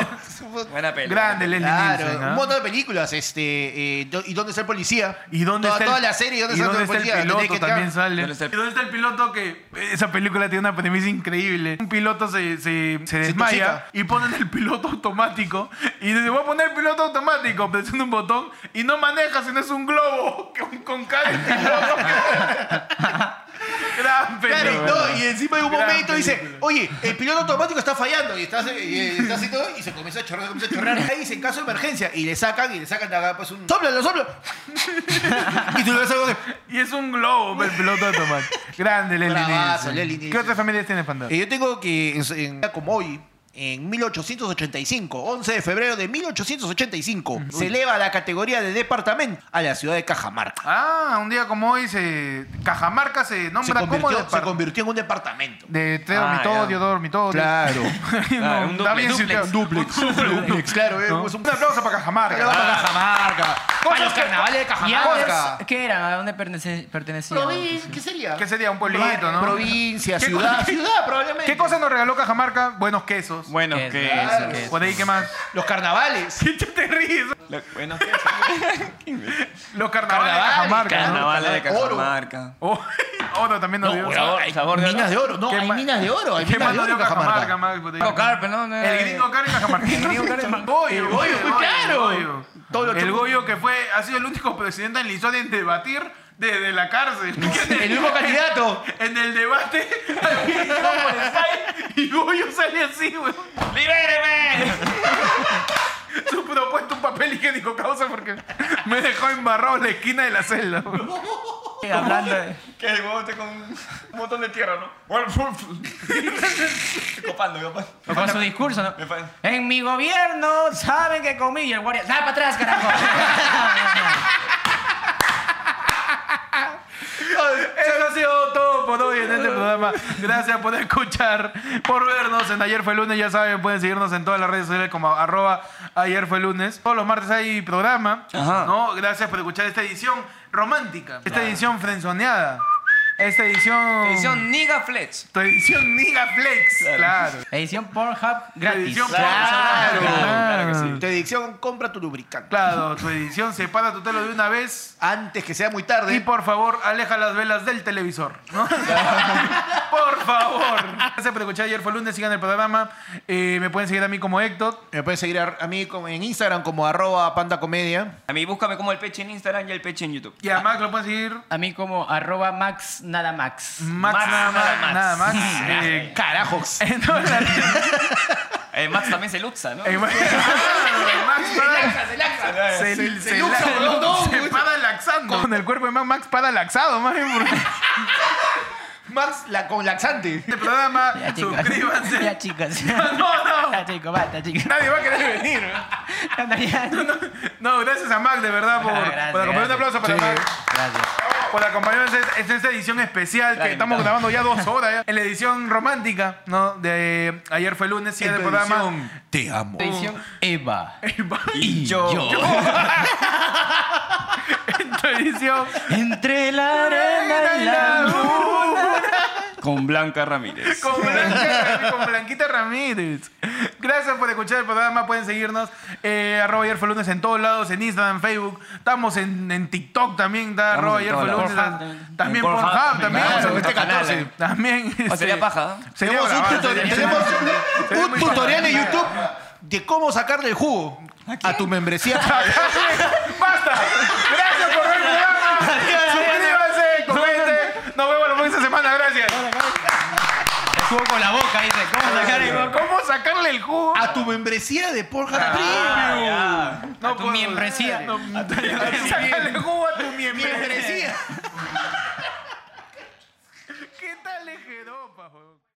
Speaker 5: Buena peli.
Speaker 2: Grande, Leslie
Speaker 1: Claro,
Speaker 2: Nielsen, ¿ah?
Speaker 1: un montón de películas. Este, eh, do- ¿Y dónde está el policía?
Speaker 2: ¿Y dónde
Speaker 1: toda,
Speaker 2: está el,
Speaker 1: toda la serie? ¿Dónde,
Speaker 2: ¿y
Speaker 1: está,
Speaker 2: dónde
Speaker 1: el policía?
Speaker 2: piloto?
Speaker 1: Tenés que
Speaker 2: También
Speaker 1: entrar-
Speaker 2: sale.
Speaker 5: ¿Dónde está el-
Speaker 2: ¿Y dónde está el piloto? Que eh, esa película tiene una premisa increíble. Un piloto se, se, se desmaya
Speaker 1: intoxica.
Speaker 2: y ponen el piloto automático. Y dice, voy a poner piloto automático. Presiona un botón y no maneja, sino es un globo con, con cara de piloto. Gran película.
Speaker 1: Claro, no, y encima en un
Speaker 2: Gran
Speaker 1: momento dice,
Speaker 2: película.
Speaker 1: oye, el piloto automático está fallando y está, así- y está así todo y se comienza a chorrar, comienza a chorrar. Ahí dice, en caso de emergencia, y le sacan y le sacan de acá, pues un... ¡Sóplalo, sóplalo! y tú le vas a decir,
Speaker 2: Y es un globo el piloto automático. Grande, Leslie
Speaker 1: Bravazo,
Speaker 2: Nielsen.
Speaker 1: Leslie
Speaker 2: ¿Qué
Speaker 1: Nielsen.
Speaker 2: otras familias tiene Panda?
Speaker 1: Eh, yo tengo que, en, en- como hoy, en 1885, 11 de febrero de 1885, se eleva la categoría de departamento a la ciudad de Cajamarca.
Speaker 2: Ah, un día como hoy se... Cajamarca se
Speaker 1: Se
Speaker 2: nombra como
Speaker 1: convirtió, se
Speaker 2: depart-
Speaker 1: convirtió en un departamento.
Speaker 2: de tres
Speaker 5: Ah,
Speaker 2: dormitorios,
Speaker 5: ya.
Speaker 2: dos dormitorios.
Speaker 1: Claro.
Speaker 5: Claro, Ah, un
Speaker 2: está bien
Speaker 5: duplex,
Speaker 2: situado.
Speaker 1: Duplex. Duplex, claro. eh,
Speaker 2: ¿No?
Speaker 1: pues un-
Speaker 2: Un aplauso para
Speaker 1: Pero vamos
Speaker 2: Cajamarca.
Speaker 1: a Cajamarca. Para los
Speaker 2: que-
Speaker 1: carnavales de
Speaker 4: ¿Y
Speaker 1: Cajamarca.
Speaker 4: antes qué eran? ¿A dónde pertenece- pertenecían?
Speaker 1: Provin- ¿Qué sería?
Speaker 2: ¿Qué sería? Un pueblito, ¿no?
Speaker 1: Provincia,
Speaker 2: ¿Qué
Speaker 1: ciudad.
Speaker 2: cosa-
Speaker 1: Ciudad, probablemente.
Speaker 2: ¿Qué cosa nos regaló Cajamarca? Buenos quesos.
Speaker 5: Bueno,
Speaker 4: ¿Qué es?
Speaker 5: que
Speaker 4: Claro.
Speaker 5: eso, que
Speaker 2: Por ahí, ¿qué más?
Speaker 1: Los carnavales.
Speaker 2: ¿Qué te ríes?
Speaker 5: La- Bueno, que eso.
Speaker 2: Los carnavales de
Speaker 1: Carnavales,
Speaker 2: Cajamarca, ¿no?
Speaker 5: Carnavales de
Speaker 1: Oro.
Speaker 5: Cajamarca.
Speaker 2: Oh, Oro también nos dio.
Speaker 5: sabor- sabor de
Speaker 1: minas de oro. Pues No,
Speaker 2: ¿Qué
Speaker 1: hay
Speaker 2: ma-
Speaker 1: minas de oro. Hay
Speaker 2: ¿Qué
Speaker 1: minas
Speaker 2: más
Speaker 1: de
Speaker 2: nos
Speaker 1: oro
Speaker 2: dio
Speaker 1: en Cajamarca.
Speaker 2: Cajamarca? Max? Puta,
Speaker 5: Gringo Carpe, ¿no?
Speaker 2: El gringo Car y Cajamarca. El
Speaker 5: gringo Car y Cajamarca.
Speaker 2: Goyo.
Speaker 1: El Goyo,
Speaker 2: Goyo,
Speaker 1: claro.
Speaker 2: Goyo.
Speaker 1: Todo lo
Speaker 2: El
Speaker 1: chupo.
Speaker 2: Goyo que fue, ha sido el único presidente en la historia en debatir desde la cárcel.
Speaker 1: El mismo candidato.
Speaker 2: En el debate, alguien iba por el país y Goyo sale así, weón.
Speaker 5: ¡Libéreme!
Speaker 2: Su propuesta un papel higiénico causa porque me dejó embarrado en la esquina de la celda. weón.
Speaker 4: Hablando de...
Speaker 5: Que el huevo esté con un montón de tierra, ¿no? Bueno, Copando, pues. copando.
Speaker 4: Con su discurso, ¿no?
Speaker 5: Me falta-
Speaker 4: En mi gobierno saben que comí y el guardia... ¡Dale para atrás, carajo!
Speaker 2: Eso ha sido todo por hoy en este programa. Gracias por escuchar, por vernos en Ayer Fue Lunes. Ya saben, pueden seguirnos en todas las redes sociales como arroba Ayer Fue Lunes. Todos los martes hay programa.
Speaker 5: Ajá.
Speaker 2: ¿no? Gracias por escuchar esta edición romántica. Esta edición frenzoneada. Esta edición...
Speaker 5: Edición Niga Fletch.
Speaker 2: Tu edición Niga Flex. Claro.
Speaker 4: Edición Pornhub gratis.
Speaker 2: Edición-
Speaker 1: Claro.
Speaker 2: Claro que sí.
Speaker 1: Tu adicción, compra tu lubricante.
Speaker 2: Claro, tu edición separa tu telo de una vez.
Speaker 1: Antes que sea muy
Speaker 2: Y
Speaker 1: tarde.
Speaker 2: por favor, aleja las velas del televisor. ¿no? por favor. Gracias por escuchar. Ayer fue lunes. Sigan el programa. Eh, me pueden seguir a mí como Héctor.
Speaker 1: Me pueden seguir a, a mí como- en Instagram como arroba pandacomedia.
Speaker 5: A mí búscame como el peche en Instagram y el peche en YouTube.
Speaker 2: Y a Max lo pueden seguir.
Speaker 4: A mí como arroba max nada max.
Speaker 2: Max, nada más. Nada más. Eh,
Speaker 1: Carajos.
Speaker 2: en todas las-
Speaker 5: Ah, Eh, Max también se luxa, ¿no?
Speaker 1: Eh,
Speaker 2: en- Max para- se-
Speaker 5: Sí.
Speaker 2: se- se- se para laxando. Este Con el cuerpo de Max, Max para laxado, más bien, porque-
Speaker 1: Max la, con laxante.
Speaker 2: Este programa,
Speaker 4: Ya, chicos.
Speaker 2: suscríbanse.
Speaker 4: Ya, chicos.
Speaker 2: no, no.
Speaker 4: Ya, chicos, basta, chicos.
Speaker 2: Nadie va a querer venir.
Speaker 4: Anda, ya.
Speaker 2: No, gracias a Mac, de verdad, por,
Speaker 4: Gracias,
Speaker 2: por acompañarnos. Un aplauso para Mac,
Speaker 4: Gracias.
Speaker 2: por acompañarnos en esta edición especial que
Speaker 5: Gracias,
Speaker 2: estamos
Speaker 5: invitado.
Speaker 2: grabando ya dos horas. ya. En la edición romántica, ¿no? De ayer fue lunes, y el programa.
Speaker 1: Te amo.
Speaker 4: Edición Eva.
Speaker 5: Y yo.
Speaker 2: En tu edición.
Speaker 4: Entre la arena y la luz.
Speaker 5: Con Blanca Ramírez.
Speaker 2: Con, Blanca- con Blanquita Ramírez. Gracias por escuchar el programa. Pueden seguirnos. Eh, arroba ayer fue lunes en todos lados, en Instagram, en Facebook. Estamos en, en TikTok también. Está
Speaker 5: Estamos
Speaker 2: arroba
Speaker 5: en
Speaker 2: ayer
Speaker 5: todos
Speaker 2: fue lunes.
Speaker 5: lados.
Speaker 2: También
Speaker 5: En Pornhub
Speaker 2: Pornhub. También.
Speaker 5: también.
Speaker 1: Claro,
Speaker 5: Claro,
Speaker 1: este
Speaker 5: otro canal,
Speaker 1: 14.
Speaker 2: También.
Speaker 5: O sería
Speaker 2: este,
Speaker 5: paja. ¿eh?
Speaker 2: sería
Speaker 1: Tenemos un
Speaker 2: bravazo,
Speaker 1: tutorial,
Speaker 2: sería-
Speaker 1: tenemos
Speaker 2: sería
Speaker 1: un
Speaker 2: muy
Speaker 1: tutorial en
Speaker 2: paja.
Speaker 1: YouTube de cómo sacarle el jugo a tu membresía.
Speaker 2: ¡Basta! ¡Gracias por ver el programa! ¡Suscríbanse! ¡Comenten! Nos vemos la próxima semana, gracias.
Speaker 4: Estuvo con la boca, dice. ¿Cómo sacar el
Speaker 2: ¿Cómo sacarle el jugo?
Speaker 1: A tu membresía de Porja
Speaker 2: No
Speaker 4: a tu
Speaker 2: puedo.
Speaker 4: miembresía.
Speaker 2: No, Sacarle el jugo a tu miembresía.
Speaker 1: Membresía.
Speaker 2: ¿Qué tal le quedó, pa'